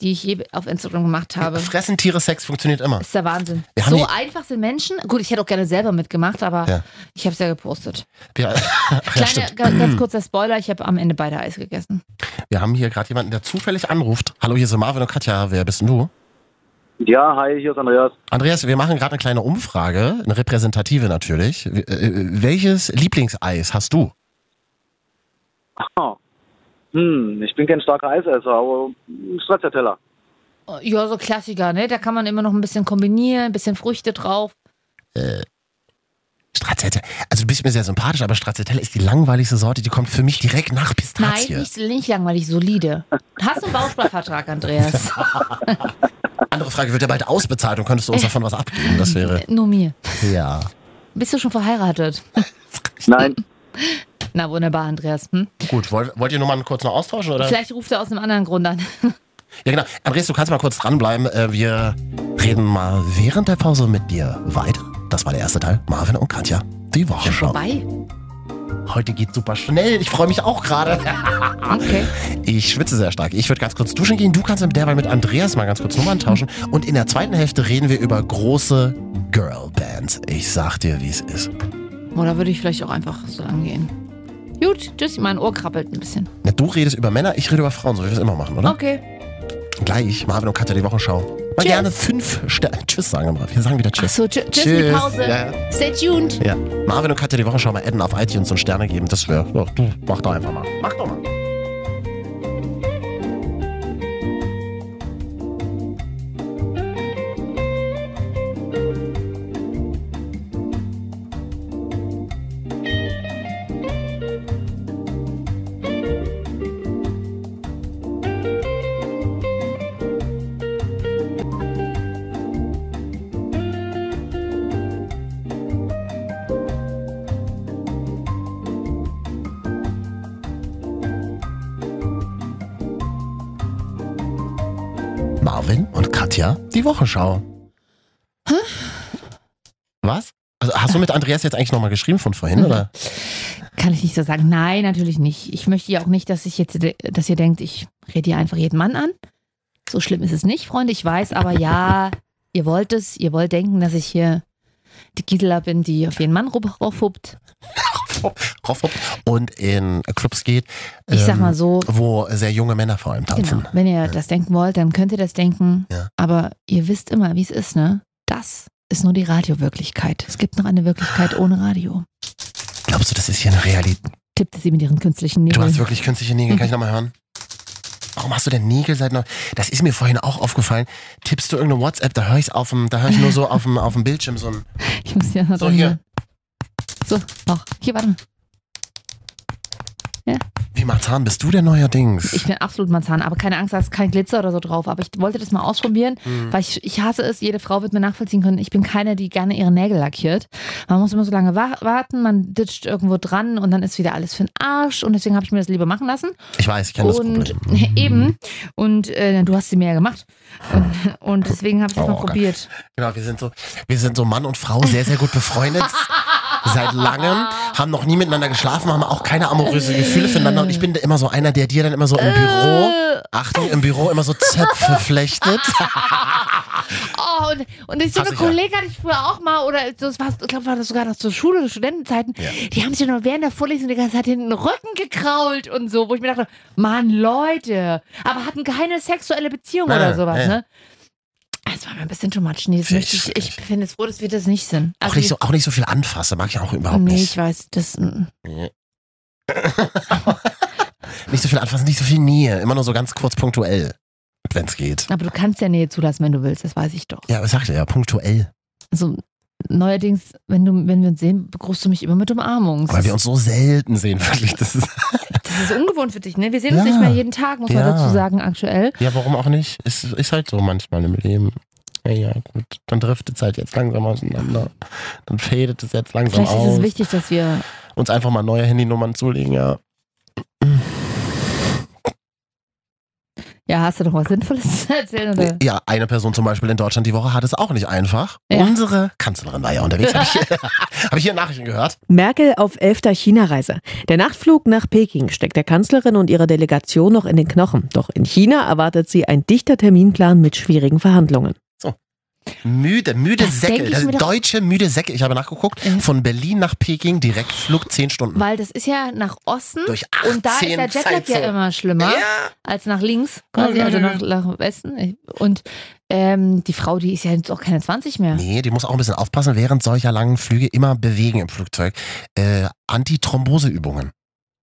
B: die ich je auf Instagram gemacht habe.
D: Fressen Tiere Sex funktioniert immer.
B: Ist der Wahnsinn.
D: Wir haben
B: So
D: die-
B: einfach sind Menschen. Gut, ich hätte auch gerne selber mitgemacht, aber
D: Ja.
B: ich habe es ja gepostet.
D: Wir, Ach, ja,
B: Kleiner,
D: stimmt. Mhm.
B: ganz, ganz kurzer Spoiler, ich habe am Ende beide Eis gegessen.
D: Wir haben hier gerade jemanden, der zufällig anruft. Hallo, hier sind Marvin und Katja. Wer bist denn du?
G: Ja, hi, hier ist Andreas.
D: Andreas, wir machen gerade eine kleine Umfrage, eine repräsentative natürlich. W- äh, Welches Lieblingseis hast du?
G: Ah. Hm, ich bin kein starker Eisesser, aber ein Stracciatella.
B: Ja, so Klassiker, ne? Da kann man immer noch ein bisschen kombinieren, ein bisschen Früchte drauf.
D: Stracciatella. Also du bist mir sehr sympathisch, aber Stracciatella ist die langweiligste Sorte. Die kommt für mich direkt nach
B: Nein,
D: Pistazie.
B: nicht, nicht langweilig, solide. Hast du einen Bausparvertrag, Andreas?
D: Andere Frage, wird der bald ausbezahlt und könntest du uns davon was abgeben? Das wäre...
B: Nur mir.
D: Ja.
B: Bist du schon verheiratet?
G: Nein,
B: Na wunderbar, Andreas. Hm?
D: Gut, wollt, wollt ihr nur mal kurz noch austauschen? Oder?
B: Vielleicht ruft er aus einem anderen Grund an.
D: Ja, genau. Andreas, du kannst mal kurz dranbleiben. Äh, Wir reden mal während der Pause mit dir weiter. Das war der erste Teil. Marvin und Katja, die Wochenschau.
B: Vorbei.
D: Heute geht super schnell. Ich freue mich auch gerade.
B: Okay.
D: Ich schwitze sehr stark. Ich würde ganz kurz duschen gehen. Du kannst mit derweil mit Andreas mal ganz kurz Nummern tauschen. Und in der zweiten Hälfte reden wir über große Girlbands. Ich sag dir, wie es ist.
B: Oder würde ich vielleicht auch einfach so angehen? Gut, tschüss, mein Ohr krabbelt ein bisschen.
D: Na, du redest über Männer, ich rede über Frauen, so wie wir es immer machen, oder?
B: Okay.
D: Gleich, Marvin und Katja, die Wochenschau. Mal
B: Tschüss.
D: gerne fünf Sterne. Tschüss sagen wir. Wir sagen wieder Tschüss.
B: Achso, tschüss, tschüss, die Pause.
D: Ja, ja.
B: Stay tuned.
D: Ja. Marvin und Katja die Woche schon mal adden auf iTunes und Sterne geben. Das wäre. Ja, du, mach doch einfach mal. Mach doch mal. Marvin und Katja die Wochenschau. Was? Also hast du mit Andreas jetzt eigentlich nochmal geschrieben von vorhin,
B: Mhm.
D: oder?
B: Kann ich nicht so sagen. Nein, natürlich nicht. Ich möchte ja auch nicht, dass ich jetzt, dass ihr denkt, ich rede hier einfach jeden Mann an. So schlimm ist es nicht, Freunde. Ich weiß, aber ja, ihr wollt es, ihr wollt denken, dass ich hier die Gisela bin, die auf jeden Mann rup- raufhuppt.
D: Hopp, hopp. Und in Clubs geht. ähm,
B: Ich sag mal so,
D: Wo sehr junge Männer vor allem tanzen.
B: genau, wenn ihr das denken wollt, dann könnt ihr das denken.
D: Ja.
B: Aber ihr wisst immer, wie es ist, ne? Das ist nur die Radiowirklichkeit. Es gibt noch eine Wirklichkeit ohne Radio.
D: Glaubst du, das ist hier eine Realität?
B: Tippte sie mit ihren künstlichen
D: Du
B: Nägeln.
D: hast wirklich künstliche Nägel, kann ich nochmal hören? Warum hast du denn Nägel seit noch? Das ist mir vorhin auch aufgefallen. Tippst du irgendeine WhatsApp, da höre ich auf dem, da höre ich nur so auf dem, auf dem Bildschirm so ein
B: Ich muss ja noch
D: So,
B: dran
D: hier.
B: hören. So, noch. Hier, warte mal.
D: Wie Marzahn bist du denn neuerdings?
B: Ich bin absolut Manzan, aber keine Angst, da ist kein Glitzer oder so drauf. Aber ich wollte das mal ausprobieren,
D: Hm.
B: weil ich, ich hasse es, jede Frau wird mir nachvollziehen können. Ich bin keine, die gerne ihre Nägel lackiert. Man muss immer so lange wa warten, man ditcht irgendwo dran und dann ist wieder alles für den Arsch. Und deswegen habe ich mir das lieber machen lassen.
D: ich weiß, ich kenne das
B: Und
D: Problem. Mhm.
B: eben, und äh, du hast sie mir ja gemacht. Und, und deswegen habe ich das
D: Oh,
B: mal
D: okay.
B: probiert.
D: Genau, wir sind so, wir sind so Mann und Frau sehr, sehr gut befreundet. seit langem, haben noch nie miteinander geschlafen, haben auch keine amoröse Gefühle füreinander. Und ich bin da immer so einer, der dir dann immer so im Büro,
B: Äh,
D: Achtung, im Büro immer so Zöpfe flechtet.
B: Oh, und, und ich so
D: Hasse
B: eine
D: ich ja.
B: Kollegin hatte ich früher auch mal, oder so, es war, ich glaube, war das sogar noch zur Schule, oder Studentenzeiten,
D: Ja.
B: die haben sich noch während der Vorlesung die ganze Zeit in den Rücken gekrault und so, wo ich mir dachte, Mann, Leute, aber hatten keine sexuelle Beziehung
D: Ja,
B: oder sowas,
D: ja.
B: ne? Das war mir ein bisschen too much. Nee, das
D: Find
B: möchte
D: ich
B: ich, ich bin jetzt froh, dass wir das nicht sind. Also
D: Auch nicht so, auch nicht so viel anfassen, mag ich auch überhaupt
B: nee,
D: nicht.
B: ich weiß, das. mm.
D: Nicht so viel anfassen, nicht so viel Nähe, immer nur so ganz kurz punktuell, wenn es geht.
B: Aber du kannst ja Nähe zulassen, wenn du willst, das weiß ich doch.
D: Ja, was sagt er ja, punktuell.
B: Also, neuerdings, wenn, du, wenn wir uns sehen, begrüßt du mich immer mit Umarmung.
D: Weil wir uns so selten sehen, wirklich. Das ist,
B: Das ist ungewohnt für dich, ne? Wir sehen uns
D: Ja.
B: nicht mehr jeden Tag, muss
D: Ja.
B: man dazu sagen, aktuell.
D: ja, warum auch nicht? Es ist halt so manchmal im Leben. Ja, ja, gut. Dann driftet es halt jetzt langsam auseinander. Dann fadet es jetzt langsam
B: Vielleicht ist
D: aus.
B: es wichtig, dass wir.
D: Uns einfach mal neue Handynummern zulegen, ja.
B: Ja, hast du doch was Sinnvolles zu erzählen? Oder?
D: Ja, eine Person zum Beispiel in Deutschland die Woche hat es auch nicht einfach.
B: Ja.
D: Unsere Kanzlerin war ja unterwegs. Habe ich, hab ich hier Nachrichten gehört?
I: Merkel auf elfter China-Reise. Der Nachtflug nach Peking steckt der Kanzlerin und ihrer Delegation noch in den Knochen. Doch in China erwartet sie ein dichter Terminplan mit schwierigen Verhandlungen.
D: Müde, müde
B: Das denk
D: Säcke.
B: ich
D: Das
B: mir doch-
D: deutsche müde Säcke. Ich habe nachgeguckt.
B: Mhm.
D: Von Berlin nach Peking Direktflug 10 Stunden.
B: Weil das ist ja nach Osten
D: Durch 18
B: und da ist der Jetlag ja
D: Zeitzonen.
B: immer ne? schlimmer
D: Ja.
B: als nach links, quasi,
D: Ja, genau, ja,
B: also
D: ja,
B: nach, nach Westen. Und ähm, die Frau, die ist ja jetzt auch keine 20 mehr.
D: Nee, die muss auch ein bisschen aufpassen, während solcher langen Flüge immer bewegen im Flugzeug. Äh, Antithromboseübungen.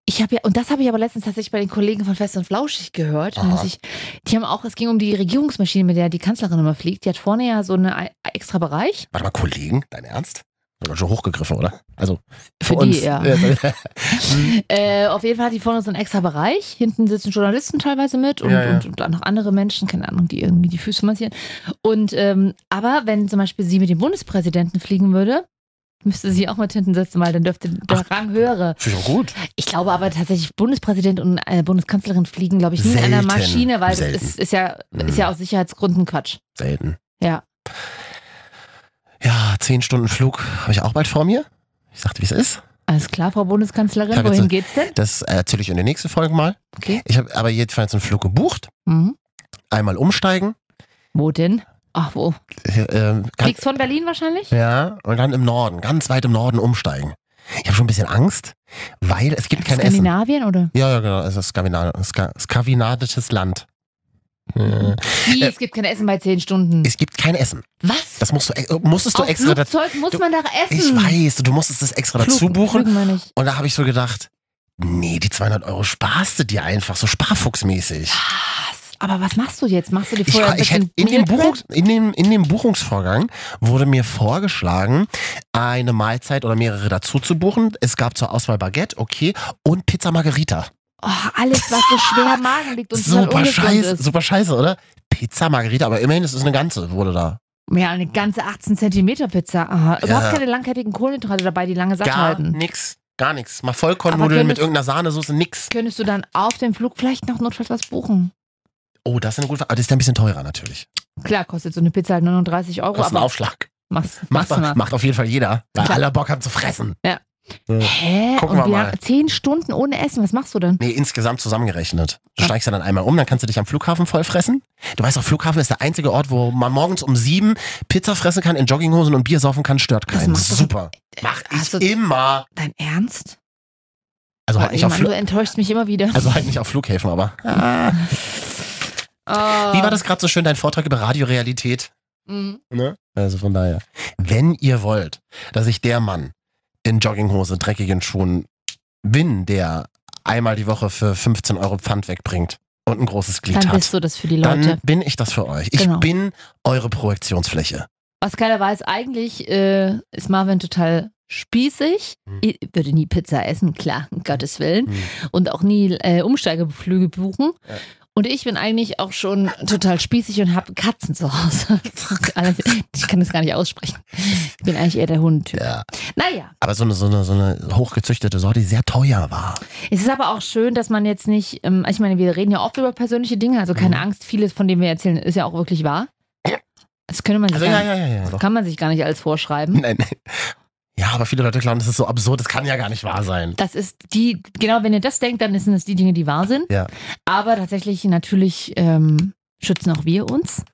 B: Ich habe ja, und das habe ich aber letztens tatsächlich bei den Kollegen von Fest und Flauschig gehört.
D: Aha.
B: Muss ich, die haben auch, es ging um die Regierungsmaschine, mit der die Kanzlerin immer fliegt. Die hat vorne ja so einen extra Bereich.
D: Warte mal, Kollegen, dein Ernst? Das war schon hochgegriffen, oder? Also für,
B: Für die,
D: uns.
B: ja.
D: Hm,
B: Äh, auf jeden Fall hat die vorne so einen extra Bereich. Hinten sitzen Journalisten teilweise mit und,
D: Ja, ja.
B: und, und auch noch andere Menschen, keine Ahnung, die irgendwie die Füße massieren. Und ähm, aber wenn zum Beispiel sie mit dem Bundespräsidenten fliegen würde, müsste sie auch mit hinten sitzen, weil dann dürfte der Rang höhere.
D: Finde ich auch gut.
B: Ich glaube aber tatsächlich, Bundespräsident und äh, Bundeskanzlerin fliegen, glaube ich, nie in einer
D: Selten.
B: Maschine, weil das
D: Selten. Hm.
B: ist, ist, ja, ist ja aus Sicherheitsgründen Quatsch.
D: Selten.
B: Ja.
D: Ja, zehn Stunden Flug habe ich auch bald vor mir. Ich sagte, wie es ist.
B: Alles klar, Frau
D: Ich
B: Bundeskanzlerin,
D: hab jetzt
B: wohin
D: so-
B: geht's denn?
D: Das erzähle ich in der nächsten Folge mal.
B: Okay.
D: Ich habe aber jedenfalls einen Flug gebucht.
B: Mhm.
D: Einmal umsteigen.
B: Wo denn? Ach, wo?
D: Äh, äh, ganz-
B: Fliegst von Berlin wahrscheinlich?
D: Ja, und dann im Norden, ganz weit im Norden umsteigen. Ich habe schon ein bisschen Angst, weil es gibt kein Essen.
B: Skandinavien oder?
D: Ja, ja, genau. Es ist Skandina- Ska- skandinavisches Land. Ja.
B: Wie,
D: Äh,
B: es gibt kein Essen bei 10 Stunden.
D: Es gibt kein Essen.
B: Was?
D: Das musst du, äh, musstest du
B: Auf
D: extra dazu.
B: Flugzeug muss
D: du-
B: man doch essen.
D: Ich weiß, du musstest das extra dazu
B: Flug-
D: buchen.
B: Flügen meine ich.
D: Und da habe ich so gedacht, nee, die 200 Euro sparst du dir einfach, so sparfuchsmäßig.
B: Was? Aber was machst du jetzt? Machst du dir
D: Ich,
B: vorher ein
D: ich
B: bisschen
D: hätte in, dem
B: Meal
D: Buchungs, in, dem, in dem Buchungsvorgang wurde mir vorgeschlagen, eine Mahlzeit oder mehrere dazu zu buchen. Es gab zur Auswahl Baguette, okay, und Pizza Margherita.
B: Prep? Oh, alles, was so schwer im Magen liegt und total
D: Super
B: ungesund
D: scheiße,
B: ist.
D: super scheiße, oder? Pizza Margherita, aber immerhin, es ist eine ganze, wurde da.
B: Ja, eine ganze 18 Zentimeter Pizza. Aha. Überhaupt
D: Ja.
B: keine langkettigen Kohlenhydrate dabei, die lange satt
D: Gar
B: halten.
D: nix, gar nix. Mal Vollkornnudeln
B: Aber
D: mit
B: könntest-
D: irgendeiner Sahnesoße, nix.
B: Könntest du dann auf dem Flug vielleicht noch notfalls was buchen?
D: Oh, das ist eine gute Frage. Aber das ist ja ein bisschen teurer natürlich.
B: Klar, kostet so eine Pizza halt 39 Euro,
D: Kostet einen
B: aber
D: Aufschlag.
B: mach's, mach's
D: Macht,
B: mal.
D: macht auf jeden Fall jeder, weil
B: Klar.
D: alle Bock haben zu fressen.
B: Hä?
D: Gucken wir
B: und wie
D: mal.
B: lange? 10 Stunden ohne Essen, was machst du denn?
D: Nee, insgesamt zusammengerechnet. Du
B: Ah.
D: steigst ja dann einmal um, dann kannst du dich am Flughafen vollfressen. Du weißt auch, Flughafen ist der einzige Ort, wo man morgens um sieben Pizza fressen kann, in Jogginghosen und Bier saufen kann, stört
B: Das
D: keinen.
B: machst du-
D: Super. Mach ich
B: Hast du-
D: immer.
B: Also Dein Ernst?
D: Also halt,
B: Boah,
D: nicht auf
B: Mann,
D: Flu
B: du enttäuschst mich immer wieder.
D: also halt nicht auf Flughäfen, aber.
B: Ah, Oh.
D: Wie war das gerade so schön, dein Vortrag über Radiorealität?
B: Mhm.
D: Ne? Also von daher. Wenn ihr wollt, dass ich der Mann in Jogginghose, dreckigen Schuhen bin, der einmal die Woche für 15 Euro Pfand wegbringt und ein großes Glied
B: Dann
D: hat.
B: bist du das für die
D: dann
B: Leute.
D: bin ich das für euch. Ich
B: Genau.
D: bin eure Projektionsfläche.
B: Was keiner weiß, eigentlich äh, ist Marvin total spießig.
D: Hm.
B: Ich würde nie Pizza essen, klar, um Gottes Willen. Und auch nie äh, Umsteigeflüge buchen.
D: Ja.
B: Und ich bin eigentlich auch schon total spießig und habe Katzen zu Hause. Das ist alles- ich kann das gar nicht aussprechen. Ich bin eigentlich eher der Hundetyp.
D: Ja.
B: Naja,
D: Aber so eine, so, eine, so eine hochgezüchtete Sorte, die sehr teuer war.
B: es ist aber auch schön, dass man jetzt nicht, ähm, ich meine, wir reden ja oft über persönliche Dinge, also
D: Mhm.
B: keine Angst, vieles von dem wir erzählen ist ja auch wirklich wahr. Das könnte man sich
D: Also
B: gar
D: ja,
B: nicht-
D: ja, ja, ja. Doch.
B: Kann man sich gar nicht alles vorschreiben.
D: Nein, nein. Ja, aber viele Leute glauben, das ist so absurd, das kann ja gar nicht wahr sein.
B: Das ist die, genau, wenn ihr das denkt, dann sind das die Dinge, die wahr sind.
D: Ja.
B: Aber tatsächlich, natürlich ähm, schützen auch wir uns.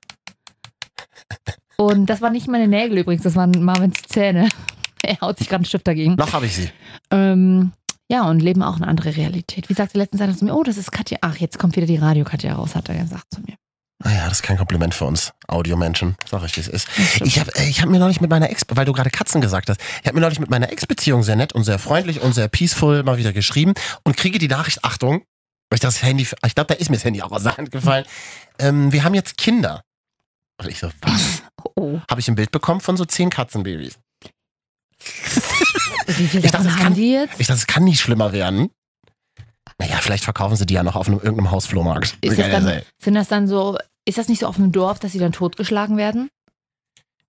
B: Und das waren nicht meine Nägel übrigens, das waren Marvins Zähne. Er haut sich gerade einen Stift dagegen.
D: Noch habe ich sie.
B: Ähm, ja, und leben auch eine andere Realität. Wie sagte letztens einer zu mir, oh, das ist Katja. Ach, jetzt kommt wieder die Radio-Katja raus, hat er gesagt zu mir.
D: Naja, Ah das ist kein Kompliment für uns Audiomenschen. Sag ich, wie es ist. Ich habe ich hab mir neulich mit meiner Ex, weil du gerade Katzen gesagt hast, ich habe mir neulich mit meiner Ex-Beziehung sehr nett und sehr freundlich und sehr peaceful mal wieder geschrieben und kriege die Nachricht, Achtung, weil ich das Handy, ich glaube, da ist mir das Handy auch aus der Hand gefallen. Ähm, wir haben jetzt Kinder. Und ich so, was?
B: Oh,
D: Habe ich ein Bild bekommen von so zehn Katzenbabys.
B: wie viel
D: Ich dachte,
B: davon
D: das
B: haben
D: kann-
B: die jetzt?
D: Ich dachte, es kann nicht schlimmer werden. Naja, vielleicht verkaufen sie die ja noch auf einem, irgendeinem Hausflohmarkt.
B: Ist das, dann, sind das dann so, ist das nicht so auf dem Dorf, dass sie dann totgeschlagen werden?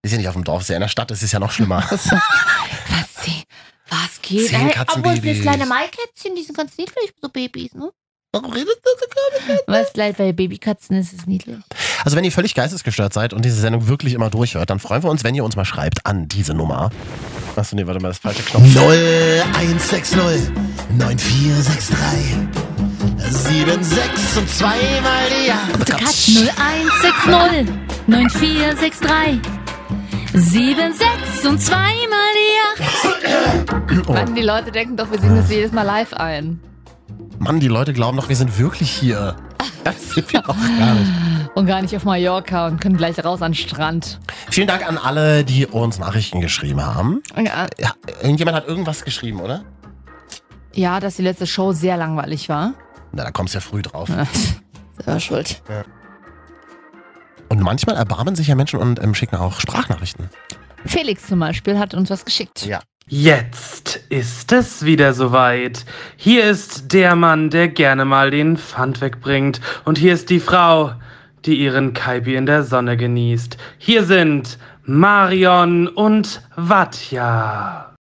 D: ist ja nicht auf dem Dorf, ist ja in der Stadt, es ist ja noch schlimmer.
B: Was, sie, was geht?
D: Zehn
B: obwohl das
D: Katzenbabys.
B: kleine Maikätzchen, die sind ganz niedlich, so Babys, ne?
D: Warum redest du so komisch?
B: Was gleich bei Babykatzen ist es niedlich.
D: Also wenn ihr völlig geistesgestört seid und diese Sendung wirklich immer durchhört, dann freuen wir uns, wenn ihr uns mal schreibt an diese Nummer. Achso, nee, warte mal, das falsche Knopf. 0160 9463 76 und zweimal die
J: Cut 0160 9463 76 und zweimal die 8.
D: Oh.
B: Mann, die Leute denken doch, wir singen das jedes Mal live ein.
D: Mann, die Leute glauben doch, wir sind wirklich hier. Das sind wir doch gar nicht.
B: Und gar nicht auf Mallorca und können gleich raus an den Strand.
D: Vielen Dank an alle, die uns Nachrichten geschrieben haben.
B: Ja,
D: Ja, irgendjemand hat irgendwas geschrieben, oder?
B: Ja, dass die letzte Show sehr langweilig war.
D: Na, da kommst du ja früh drauf.
B: Selber schuld.
D: Und manchmal erbarmen sich ja Menschen und ähm, schicken auch Sprachnachrichten.
B: Felix zum Beispiel hat uns was geschickt.
D: Ja.
C: Jetzt ist es wieder soweit. Hier ist der Mann, der gerne mal den Pfand wegbringt. Und hier ist die Frau, die ihren Kaibi in der Sonne genießt. Hier sind Marion und Watja.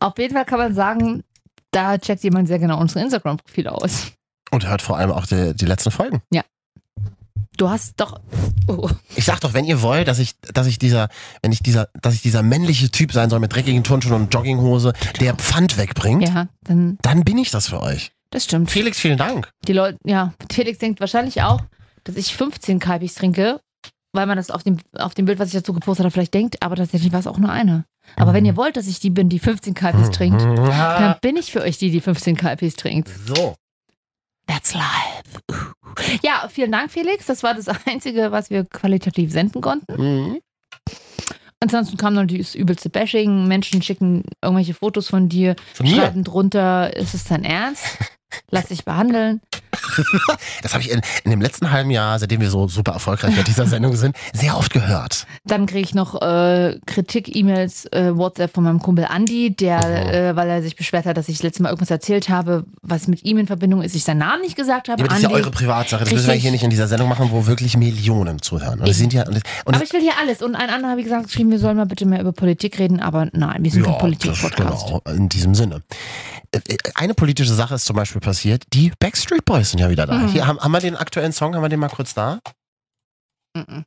B: Auf jeden Fall kann man sagen, da checkt jemand sehr genau unsere Instagram-Profile aus.
D: Und hört vor allem auch die, die letzten Folgen.
B: Du hast doch. Oh.
D: Ich sag doch, wenn ihr wollt, dass ich, dass ich dieser, wenn ich dieser, dass ich dieser männliche Typ sein soll mit dreckigen Turnschuhen und Jogginghose, der Pfand wegbringt,
B: oh, Ja, dann.
D: dann bin ich das für euch.
B: Das stimmt.
D: Felix, vielen Dank.
B: Die Leute, ja, Felix denkt wahrscheinlich auch, dass ich 15 Kalbis trinke, weil man das auf dem, auf dem Bild, was ich dazu gepostet habe, vielleicht denkt, aber tatsächlich war es auch nur eine. Aber wenn ihr wollt, dass ich die bin, die 15 Kalbis
D: Mhm.
B: trinkt, dann
D: Ja,
B: bin ich für euch die, die 15 Kalbis trinkt.
D: So.
B: That's live. Ja, vielen Dank, Felix. Das war das Einzige, was wir qualitativ senden konnten.
D: Mhm.
B: Ansonsten kam noch dieses übelste Bashing. Menschen schicken irgendwelche Fotos von dir,
D: Von mir.
B: schreiben drunter, ist es dein Ernst? Lass dich behandeln.
D: Das habe ich in, in dem letzten halben Jahr, seitdem wir so super erfolgreich mit dieser Sendung sind, sehr oft gehört.
B: Dann kriege ich noch äh, Kritik-E-Mails, äh, WhatsApp von meinem Kumpel Andi, der,
D: Oh.
B: äh, weil er sich beschwert hat, dass ich letztes Mal irgendwas erzählt habe, was mit ihm in Verbindung ist, ich seinen Namen nicht gesagt habe.
D: Aber das ist ja
B: Andi,
D: eure Privatsache. Das müssen wir
B: Richtig.
D: hier nicht in dieser Sendung machen, wo wirklich Millionen zuhören. Und es sind ja. Und es, und
B: aber ich will hier alles. Und ein anderer habe ich gesagt, geschrieben, wir sollen mal bitte mehr über Politik reden, aber nein, wir sind kein Politik-Podcast.
D: genau, in diesem Sinne. Äh, äh, Eine politische Sache ist zum Beispiel passiert, die Backstreet Boys sind ja wieder da.
B: Mhm.
D: Hier, haben, haben wir den aktuellen Song, haben wir den mal kurz da?
B: Mhm.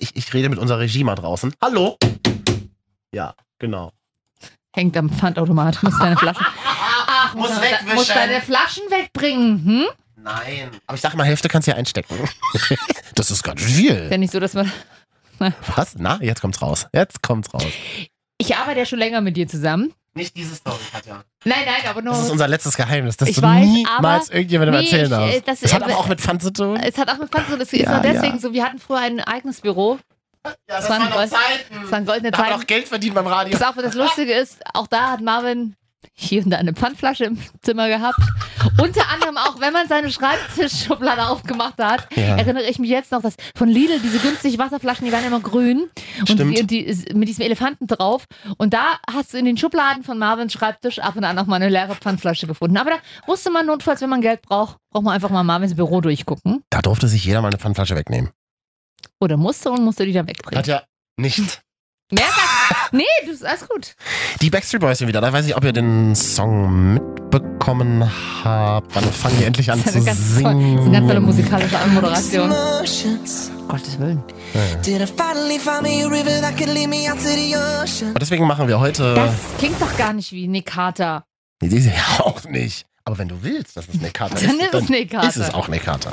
D: Ich, ich rede mit unserer Regie mal draußen. Hallo? Ja, genau.
B: Hängt am Pfandautomat, muss deine Flaschen. Ach,
D: Muss
B: muss,
D: wegwischen.
B: muss deine Flaschen wegbringen. Hm?
D: Nein. Aber ich dachte mal, Hälfte kannst du ja einstecken. das ist ganz viel.
B: Wenn nicht so, dass man.
D: Was? Na, jetzt kommt's raus. Jetzt kommt's raus.
B: Ich arbeite ja schon länger mit dir zusammen.
D: Nicht diese Story, Katja.
B: Nein, nein, aber nur.
D: Das ist unser letztes Geheimnis, das
B: Ich
D: du
B: weiß,
D: niemals
B: aber-
D: irgendjemandem
B: Nee,
D: erzählen
B: ich,
D: darfst.
B: äh, das-
D: das, hat
B: äh,
D: aber auch mit Pfand zu tun.
B: Es hat auch mit Pfand so, das ist
D: Ja,
B: nur deswegen
D: ja.
B: so. Wir hatten früher ein eigenes Büro.
D: ja,
B: das waren waren noch Gold-
D: Zeiten.
B: Das waren goldene
D: Da haben wir
B: Zeiten.
D: auch Geld verdient beim Radio.
B: Das auch, was das Lustige ist, auch da hat Marvin hier und da eine Pfandflasche im Zimmer gehabt. Unter anderem auch, wenn man seine Schreibtischschublade aufgemacht hat,
D: Ja.
B: erinnere ich mich jetzt noch, dass von Lidl diese günstigen Wasserflaschen, die waren immer grün und,
D: Stimmt.
B: die, und die, mit diesem Elefanten drauf. Und da hast du in den Schubladen von Marvins Schreibtisch ab und an noch mal eine leere Pfandflasche gefunden. Aber da wusste man notfalls, wenn man Geld braucht, braucht man einfach mal Marvins Büro durchgucken.
D: Da durfte sich jeder mal eine Pfandflasche wegnehmen.
B: Oder musste und musste die dann wegbringen.
D: Hat ja nicht.
B: Mehr sagt, nee, du ist alles gut.
D: Die Backstreet Boys sind wieder da. Weiß nicht, ob ihr den Song mitbekommen habt. Wann fangen die endlich an
B: Das ist
D: zu
B: eine ganz, toll,
D: singen?
B: das ist eine ganz tolle musikalische Anmoderation.
J: Emotions
B: Gottes Willen.
K: Did I finally find me a river that could lead me out to the ocean?
D: Und deswegen machen wir heute.
B: Das klingt doch gar nicht wie Nick Carter.
D: Nee, die ist ja auch nicht. Aber wenn du willst, dass es eine Karte
B: Dann ist es eine Karte.
D: Ist es auch eine Karte.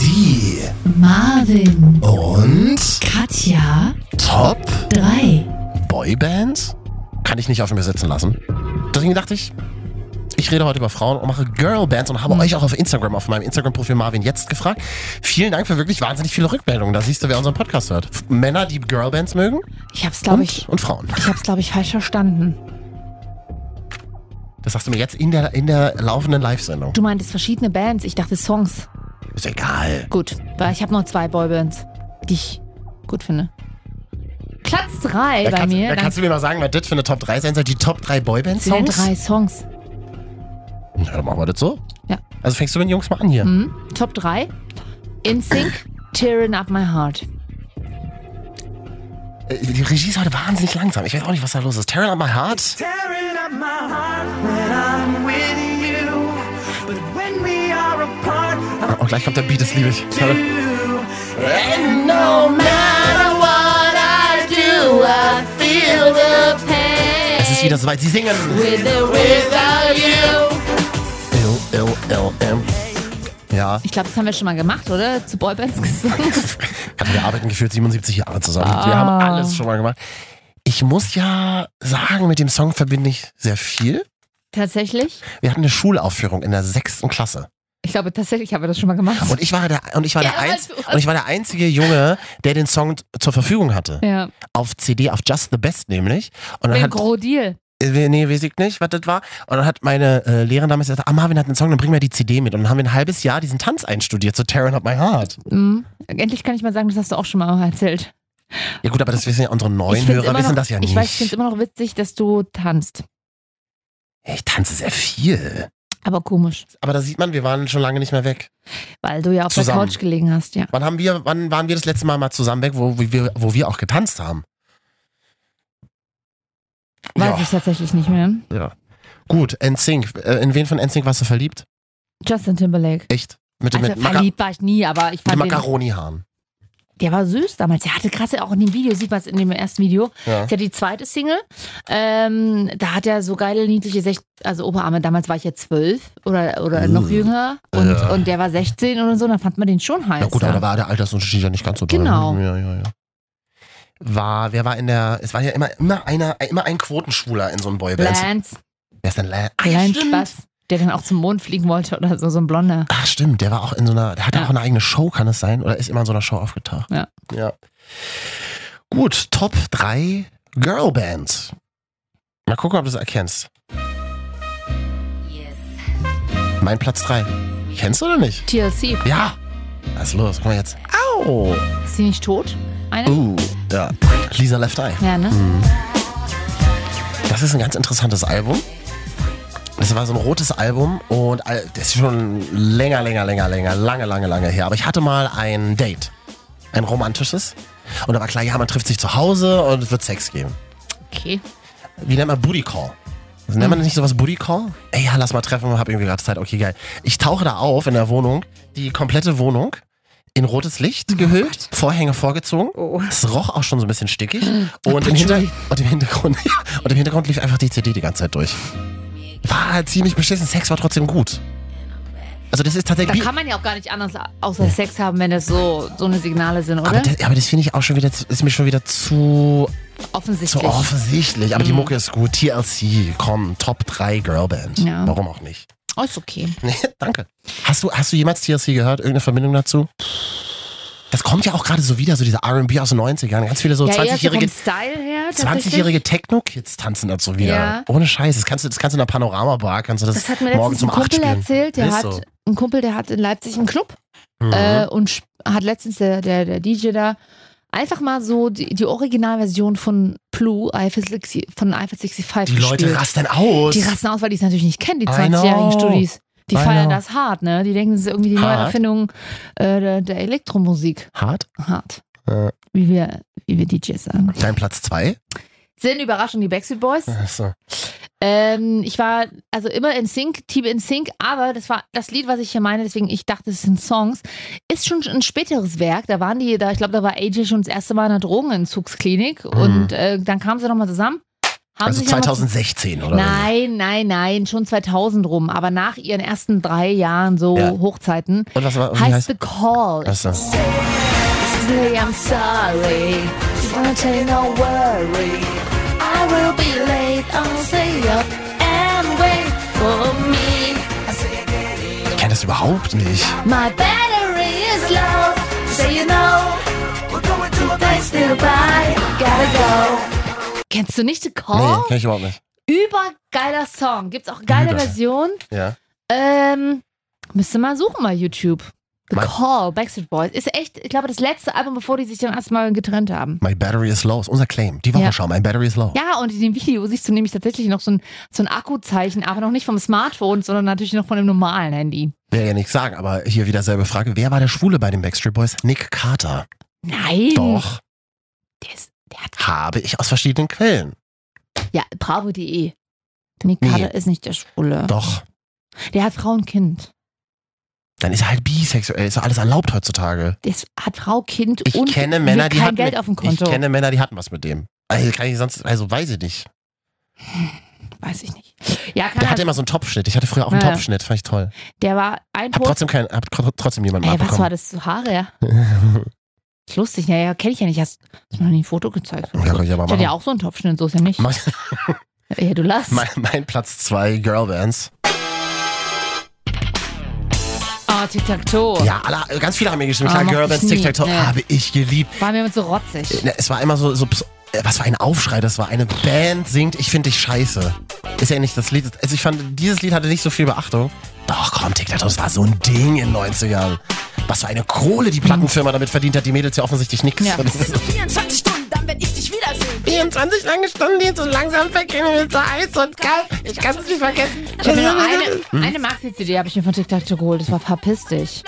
D: Die
J: Marvin
D: und
J: Katja
D: Top
J: 3.
D: Boybands kann ich nicht auf mir sitzen lassen. Deswegen dachte ich, ich rede heute über Frauen und mache Girlbands und habe euch auch auf Instagram, auf meinem Instagram-Profil Marvin jetzt gefragt. Vielen Dank für wirklich wahnsinnig viele Rückmeldungen. Da siehst du, wer unseren Podcast hört. F Männer, die Girlbands mögen
B: Ich hab's, glaube ich,
D: und Frauen.
B: ich hab's, glaube ich, falsch verstanden.
D: Das sagst du mir jetzt in der, in der laufenden Live-Sendung.
B: Du meintest verschiedene Bands. Ich dachte Songs.
D: Ist egal.
B: Gut, weil ich habe noch zwei Boybands, die ich gut finde. Platz 3
D: Da
B: bei
D: kannst,
B: mir.
D: da kannst du mir mal sagen, was das für eine Top 3 sein soll. Die Top 3
B: das sind
D: Boybands-Songs?
B: drei Songs.
D: Na, dann machen wir das so.
B: Ja.
D: Also fängst du mit den Jungs mal an hier.
B: Mhm. Top 3. In Sync, Tearing Up My Heart.
D: Äh, Die Regie ist heute wahnsinnig langsam. Ich weiß auch nicht, was da los ist. Tearing Up My Heart.
K: Tearing up my heart when I'm with you. But when we are apart, I'm
D: Und Oh, gleich kommt der Beat, das liebe ich. Schade.
K: you. And no matter what I do, I feel the pain.
D: Es ist wieder soweit. Sie singen.
K: With or without you.
D: L, L, L, M. Ja,
B: Ich glaube, das haben wir schon mal gemacht, oder? Zu Boybands gesungen.
D: hatten wir arbeiten geführt 77 Jahre zusammen. Wir
B: Ah.
D: haben alles schon mal gemacht. Ich muss ja sagen, mit dem Song verbinde ich sehr viel.
B: tatsächlich?
D: Wir hatten eine Schulaufführung in der sechsten Klasse.
B: Ich glaube, tatsächlich haben wir das schon mal gemacht.
D: Und ich war der, und ich war
B: Ja, also,
D: der,
B: aber
D: einz,
B: du
D: und ich war der einzige Junge, der den Song t- zur Verfügung hatte.
B: Ja.
D: Auf CD, auf Just the Best nämlich. Und dann
B: Mit
D: hat,
B: Grodil.
D: Äh, nee, weiß ich nicht, was das war. Und dann hat meine äh, Lehrerin damals gesagt, ah, Marvin hat einen Song, dann bring mir die CD mit. Und dann haben wir ein halbes Jahr diesen Tanz einstudiert, so Tearing Up My Heart.
B: Mhm. Endlich kann ich mal sagen, das hast du auch schon mal erzählt.
D: Ja gut, aber das wissen ja unsere neuen
B: ich find's
D: Hörer,
B: immer
D: wissen
B: noch,
D: das ja nicht.
B: Ich weiß, ich finde es immer noch witzig, dass du tanzt.
D: ich tanze sehr viel.
B: Aber komisch,
D: Aber da sieht man, wir waren schon lange nicht mehr weg.
B: weil du ja auf
D: Zusammen.
B: der Couch gelegen hast, ja.
D: Wann haben wir, wann waren wir das letzte Mal mal zusammen weg, wo wir, wo wir auch getanzt haben?
B: Weiß ich tatsächlich nicht mehr.
D: ja. Gut, NSYNC. Äh, in wen von NSYNC warst du verliebt?
B: Justin Timberlake.
D: Echt? Mit, dem
B: Also
D: mit, Maka
B: verliebt war ich nie, aber ich
D: mit
B: fand den,
D: Macaroni-Haaren.
B: der war süß damals. Der hatte krasse, auch in dem Video, sieht man es in dem ersten Video,
D: Ja.
B: ist ja die zweite Single. Ähm, da hat er so geile, niedliche, Sech also Oberarme. Damals war ich ja zwölf oder, oder noch
D: Mm.
B: jünger und,
D: Ja.
B: und der war 16 oder so, dann fand man den schon heiß.
D: Na gut,
B: ja.
D: aber da war der Altersunterschied ja nicht ganz so doll.
B: Genau.
D: Ja, ja, ja. War, wer war in der, es war ja immer, immer einer, immer ein Quotenschwuler in so einem Boyband.
B: Lance,
D: Wer ist denn Lan? Ah,
B: Lance
D: stimmt.
B: Bass, der dann auch zum Mond fliegen wollte oder so, so ein Blonder.
D: Ah, stimmt, der war auch in so einer, der hatte
B: Ja.
D: auch eine eigene Show, kann es sein? Oder ist immer in so einer Show aufgetaucht?
B: Ja.
D: Ja. Gut, Top 3 Girlbands. Mal gucken, ob du es erkennst. Mein Platz 3. Kennst du oder nicht?
B: TLC,
D: Ja. Was ist los? Guck mal jetzt. Au!
B: ist sie nicht tot? Eine?
D: Uh, ja. Lisa Left Eye.
B: Ja, ne?
D: Mhm. Das ist ein ganz interessantes Album. Das war so ein rotes Album und all- das ist schon länger, länger, länger, länger, lange, lange, lange her. Aber ich hatte mal ein Date. Ein romantisches. Und da war klar, ja, man trifft sich zu Hause und es wird Sex geben.
B: Okay.
D: Wie nennt man Booty Call? Also Nennt man nicht sowas Booty Call? Ey, ja, lass mal treffen. Hab irgendwie gerade Zeit. Okay, geil. Ich tauche da auf in der Wohnung. Die komplette Wohnung in rotes Licht gehüllt. Vorhänge vorgezogen.
B: Oh.
D: Es roch auch schon so ein bisschen stickig.
B: Hm.
D: Und im, Hinter und, im Hintergrund, und im Hintergrund lief einfach die CD die ganze Zeit durch. War halt ziemlich beschissen. Sex war trotzdem gut. Also das ist
B: Da
D: tatsächlich... wie-
B: kann man ja auch gar nicht anders außer Sex haben, wenn das so, so eine Signale sind,
D: Aber
B: oder?
D: das, aber das finde ich auch schon wieder, zu- ist mir schon wieder zu
B: Offensichtlich.
D: So offensichtlich, aber die
B: Mhm.
D: Mucke ist gut. TLC, komm, Top 3 Girlband.
B: Ja.
D: Warum auch nicht?
B: Oh, ist okay.
D: Nee, danke. Hast du, hast du jemals TLC gehört? Irgendeine Verbindung dazu? Das kommt ja auch gerade so wieder, so diese RB aus den 90ern. Ganz viele so
B: ja, eher so vom
D: 20-jährige
B: Style her.
D: 20-jährige Techno-Kids tanzen dazu wieder.
B: Ja.
D: Ohne Scheiß. Das kannst du, das kannst du in einer Panoramabar, kannst du das,
B: Das hat mir
D: morgens
B: letztens ein
D: um 8
B: Kumpel
D: spielen.
B: erzählt, der
D: Ist
B: hat
D: so.
B: ein Kumpel, der hat in Leipzig einen Club
D: Mhm.
B: äh, und sp- hat letztens der, der, der DJ da einfach mal so die, die Originalversion von Blue, Eiffel 60, von Eiffel 65
D: die Leute
B: gespielt.
D: rasten aus.
B: Die rasten aus, weil die es natürlich nicht kennen, die
D: I
B: 20-jährigen
D: know.
B: Studis. Die
D: I
B: feiern
D: know.
B: das hart, ne? Die denken, das ist irgendwie die neue
D: Hart.
B: Erfindung äh, der, der Elektromusik.
D: Hart.
B: Hart.
D: Äh,
B: Wie wir, wie wir DJs sagen.
D: dein Platz 2?
B: Sind überraschend die Backstreet Boys.
D: Achso.
B: Ähm, ich war also immer in Sync, Team in Sync, aber das war das Lied, was ich hier meine, deswegen ich dachte, es sind Songs, ist schon ein späteres Werk. Da waren die, da ich glaube, da war AJ schon das erste Mal in einer Drogenentzugsklinik und äh, dann kamen sie nochmal zusammen. haben
D: Mhm. Also
B: sich noch mal zu-
D: 2016 oder?
B: Nein, nein, nein, schon 2000 rum, aber nach ihren ersten drei Jahren so
D: Ja.
B: Hochzeiten
D: Und was war- wie
B: heißt
D: heißt-
B: The Call.
D: Achso.
B: Say I'm sorry, just wanna tell you no worry. I will be late, I'll stay up and wait for me.
D: Ich kenne das überhaupt nicht.
B: My battery is low, say you know, we're going to a place nearby, gotta go. Kennst du nicht The Call?
D: Nee, kenne ich überhaupt nicht.
B: Übergeiler Song, gibt's auch geile
D: Übergeil.
B: Version.
D: Ja.
B: Ähm, müsste mal suchen bei YouTube. The
D: Mein-
B: Call, Backstreet Boys. Ist echt, ich glaube, das letzte Album, bevor die sich dann erstmal getrennt haben.
D: My battery is low ist unser Claim. Die Wochenschau, my battery is low.
B: Ja, und in dem Video siehst du nämlich tatsächlich noch so ein, so ein Akkuzeichen, aber noch nicht vom Smartphone, sondern natürlich noch von dem normalen Handy.
D: Will ja nichts sagen, aber hier wieder selbe Frage. Wer war der Schwule bei den Backstreet Boys? Nick Carter.
B: Nein.
D: Doch.
B: Der ist,
D: Habe ich aus verschiedenen Quellen.
B: ja, bravo.de. Nick
D: Nee.
B: Carter ist nicht der Schwule.
D: Doch.
B: Der hat Frau und Kind.
D: Dann ist er halt bisexuell. Ist ja alles erlaubt heutzutage.
B: Der ist, hat Frau, Kind
D: Ich
B: und
D: kenne Männer,
B: will
D: die
B: kein
D: hatten
B: Geld
D: mit,
B: auf dem Konto.
D: Ich kenne Männer, die hatten was mit dem. Also kann ich sonst, also weiß ich nicht.
B: Weiß ich nicht. Ja, kann
D: Der
B: er-
D: hatte immer so einen Topfschnitt. Ich hatte früher auch einen
B: Ja, ja.
D: Topfschnitt, fand ich toll.
B: der war ein
D: Hab
B: Post-
D: trotzdem keinen, hab tro- trotzdem niemanden
B: Ey, was war
D: abbekommen.
B: das zu Haare? Ja. Ist lustig, naja, kenne ich ja nicht. Hast hast du mir noch nie ein Foto gezeigt?
D: Ja, kann ich aber
B: Ich hatte ja
D: machen.
B: auch so einen Topfschnitt, so ist ja nicht. Ja, du lachst.
D: mein, mein Platz zwei Girlbands.
B: Ah, Tic-Tac-Toe.
D: Ja, alle, also ganz viele haben mir geschrieben,
B: Ah,
D: klar,
B: mochte
D: Girlbands,
B: ich nie.
D: Tic-Tac-Toe,
B: Nee.
D: habe ich geliebt.
B: War mir immer so rotzig.
D: Na, Es war immer so, so ps- äh, was war ein Aufschrei, das war eine Band singt, ich finde dich scheiße. Ist ja nicht das Lied, also ich fand, dieses Lied hatte nicht so viel Beachtung. Doch, komm, Tic Tac Toe, das war so ein Ding in den 90ern. Was für eine Kohle die Plattenfirma damit verdient hat, die Mädels ja offensichtlich nichts.
K: Ja. 24 Stunden, dann werd ich dich wiedersehen.
D: 24 lange Stunden, die so langsam verkennen mit Eis und Kalt. Ich kann es nicht vergessen.
B: Ich habe mir nur eine,
D: Hm?
B: eine Maxi-CD habe ich mir von TikTok geholt. Das war verpiss dich.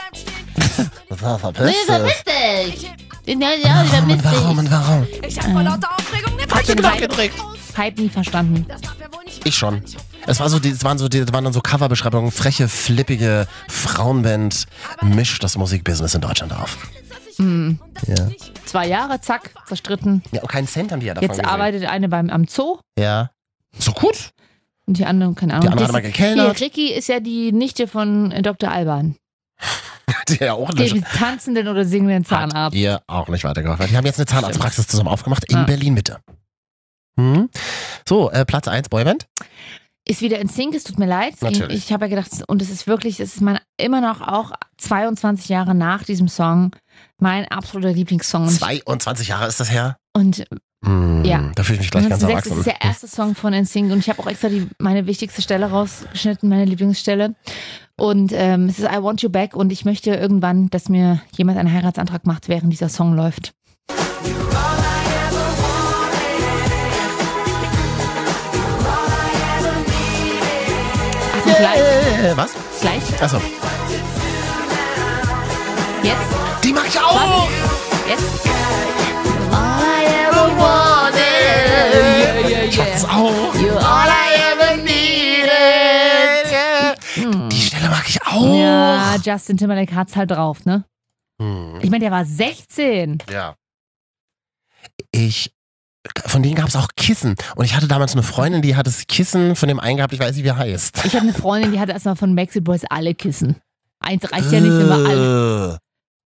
D: Das war verpisst.
B: dich! Ja, ja, verpiss
D: Und warum und warum?
B: Ich habe vor lauter Aufregung den falschen Knopf gedrückt. Hype nie verstanden.
D: Ich schon. Es war so, die, es waren so, die, es waren dann so Coverbeschreibungen, freche, flippige Frauenband mischt das Musikbusiness in Deutschland auf.
B: Hm.
D: Ja.
B: Zwei Jahre, zack, zerstritten.
D: Ja, und keinen Cent haben die ja davon
B: Jetzt
D: gesehen.
B: arbeitet eine beim am Zoo
D: Ja. So gut.
B: und die andere, keine Ahnung.
D: Die andere hat
B: Das-
D: mal gekellnert.
B: Hier, Ricky ist ja die Nichte von äh, Dr. Alban.
D: Hat die ja auch
B: Dem
D: nicht,
B: tanzenden oder singenden Zahnarzt.
D: ihr auch nicht weitergeholfen. Die haben jetzt eine Zahnarztpraxis zusammen aufgemacht in
B: Ja.
D: Berlin-Mitte. Hm. So, äh, Platz 1, Boyband.
B: Ist wieder in Sync, es tut mir leid. Es ging-
D: Natürlich.
B: Ich habe ja gedacht, und es ist wirklich, es ist mein, immer noch auch 22 Jahre nach diesem Song mein absoluter Lieblingssong. Und ich-
D: 22 Jahre ist das her.
B: Und
D: Hm,
B: Ja.
D: Da fühle ich mich gleich ganz
B: 1906
D: erwachsen.
B: ist der erste Song von NSYNC und ich habe auch extra die, meine wichtigste Stelle rausgeschnitten, meine Lieblingsstelle. Und ähm, es ist I Want You Back und ich möchte irgendwann, dass mir jemand einen Heiratsantrag macht, während dieser Song läuft. Ach, noch gleich.
D: Äh, was?
B: Gleich?
D: Achso.
B: Jetzt?
D: Die mach ich auch!
B: Jetzt?
K: Ich hab's auch. You're all I ever needed.
D: Die Stelle mag ich auch.
B: Hm. Ja, Justin Timberlake hat's halt drauf, ne?
D: Hm.
B: Ich meine, der war 16.
D: Ja. Ich. Von denen gab es auch Kissen. Und ich hatte damals eine Freundin, die hat das Kissen von dem einen gehabt, ich weiß nicht, wie er heißt.
B: Ich habe eine Freundin, die hatte erstmal von Maxi Boys alle Kissen. Eins reicht ja nicht immer alle.
D: alle.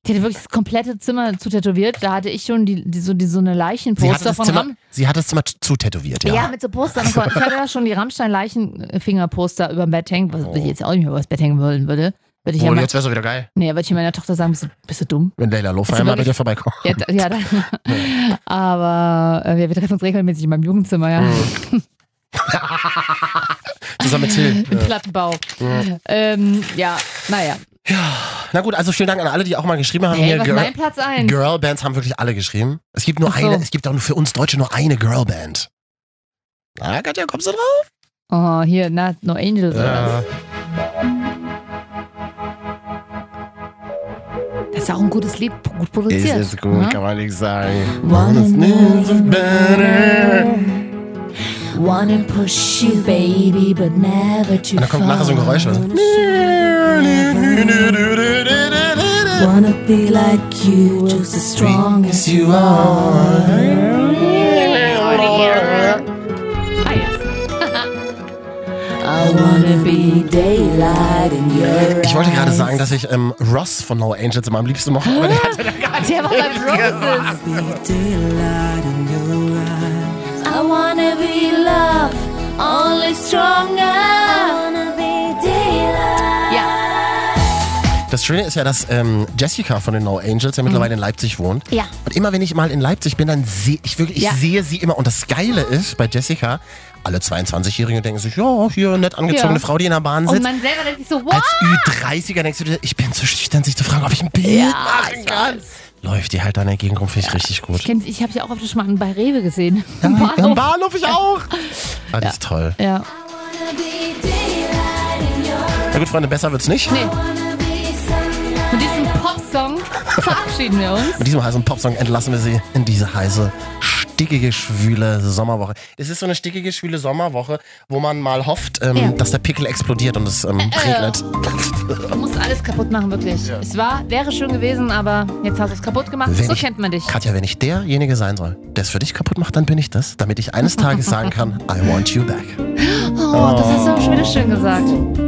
B: Die hatte wirklich das komplette Zimmer zu tätowiert. Da hatte ich schon die, die, so, die, so eine
D: Sie hat,
B: Leichenposter
D: das
B: von
D: Zimmer,
B: Ram.
D: sie hat das Zimmer t- zutätowiert,
B: Ja.
D: ja.
B: mit so Postern. Ich hatte ja schon die Rammstein-Leichenfingerposter über dem Bett hängen, was ich jetzt auch nicht mehr über das Bett hängen wollen würde. Würde ich ja
D: oh,
B: mal,
D: jetzt wäre es wieder geil,
B: nee, würde ich meiner Tochter sagen, bist du, bist du dumm?
D: wenn Leila Lofa
B: Ist
D: einmal bei
B: wirklich-
D: dir vorbeikommt.
B: Ja, da, ja, da. Aber äh, wir wir treffen uns regelmäßig in meinem Jugendzimmer,
D: Mhm.
B: ja.
D: Zusammen mit Till.
B: Im Plattenbau.
D: Ja.
B: Ähm, ja, naja.
D: Na gut, also vielen Dank an alle, die auch mal geschrieben haben.
B: Hey,
D: Hier
B: was ist mein Platz eins?
D: Girlbands haben wirklich alle geschrieben. Es gibt nur
B: Ach so.
D: eine, es gibt auch nur für uns Deutsche nur eine Girlband. Na, Katja, kommst du drauf?
B: Oh, hier, na, No Angels. Oder? was? Das ist auch ein gutes Lied, gut produziert.
D: Ist es gut,
B: ne?
D: kann man nichts sagen.
B: Wanna know the better.
J: Wanna push you, baby, but never too
D: Und dann kommt nachher so ein
J: far.
D: Geräusch. Oder?
J: Wanna be like you, just as strong as you are. I wanna be daylight in your
D: Ich wollte gerade sagen, dass ich ähm, Ross von No Angels immer am liebsten mache. Aber der hat
B: Der war beim Roses.
J: I wanna be love, only stronger. I wanna be daylight.
D: Das Schöne ist ja, dass ähm, Jessica von den No Angels ja mittlerweile
B: Mhm.
D: in Leipzig wohnt.
J: Ja.
D: Und immer wenn ich mal in Leipzig bin, dann sehe ich wirklich, ich
J: Ja.
D: sehe sie immer. Und das Geile ist bei Jessica, alle 22-Jährigen denken sich, ja, hier nett angezogene
B: Ja. Oh
D: Frau, die in der Bahn
B: Und
D: sitzt.
B: man selber denkt sich so,
D: Als
B: wow.
D: Ü30er denkst du dir, ich bin zu schüchtern, sich zu fragen, ob ich ein Bild machen kann. Läuft die halt da in der Gegend rum, finde ich richtig gut.
B: Ich, kenn's- ich habe ja auch öfters mal einen bei Rewe gesehen. Ja,
D: Am Bahnhof ich auch. Ah, die ist toll.
B: Ja.
D: Na gut, Freunde, besser wird's nicht.
B: Nee. Mit diesem Popsong verabschieden wir uns.
D: Mit diesem heißen Popsong entlassen wir sie in diese heiße, stickige, schwüle Sommerwoche. Es ist so eine stickige, schwüle Sommerwoche, wo man mal hofft, ähm,
B: Ja. Äh,
D: dass der Pickel explodiert und es ähm, regnet.
B: Du musst alles kaputt machen, wirklich. Es war, wäre schön gewesen, aber jetzt hast du es kaputt gemacht.
D: Wenn
B: so
D: ich-
B: kennt man dich.
D: Katja, wenn ich derjenige sein soll, der es für dich kaputt macht, dann bin ich das, damit ich eines Tages sagen kann, I want you back. Oh.
B: Oh, das hast du auch schon wieder schön gesagt.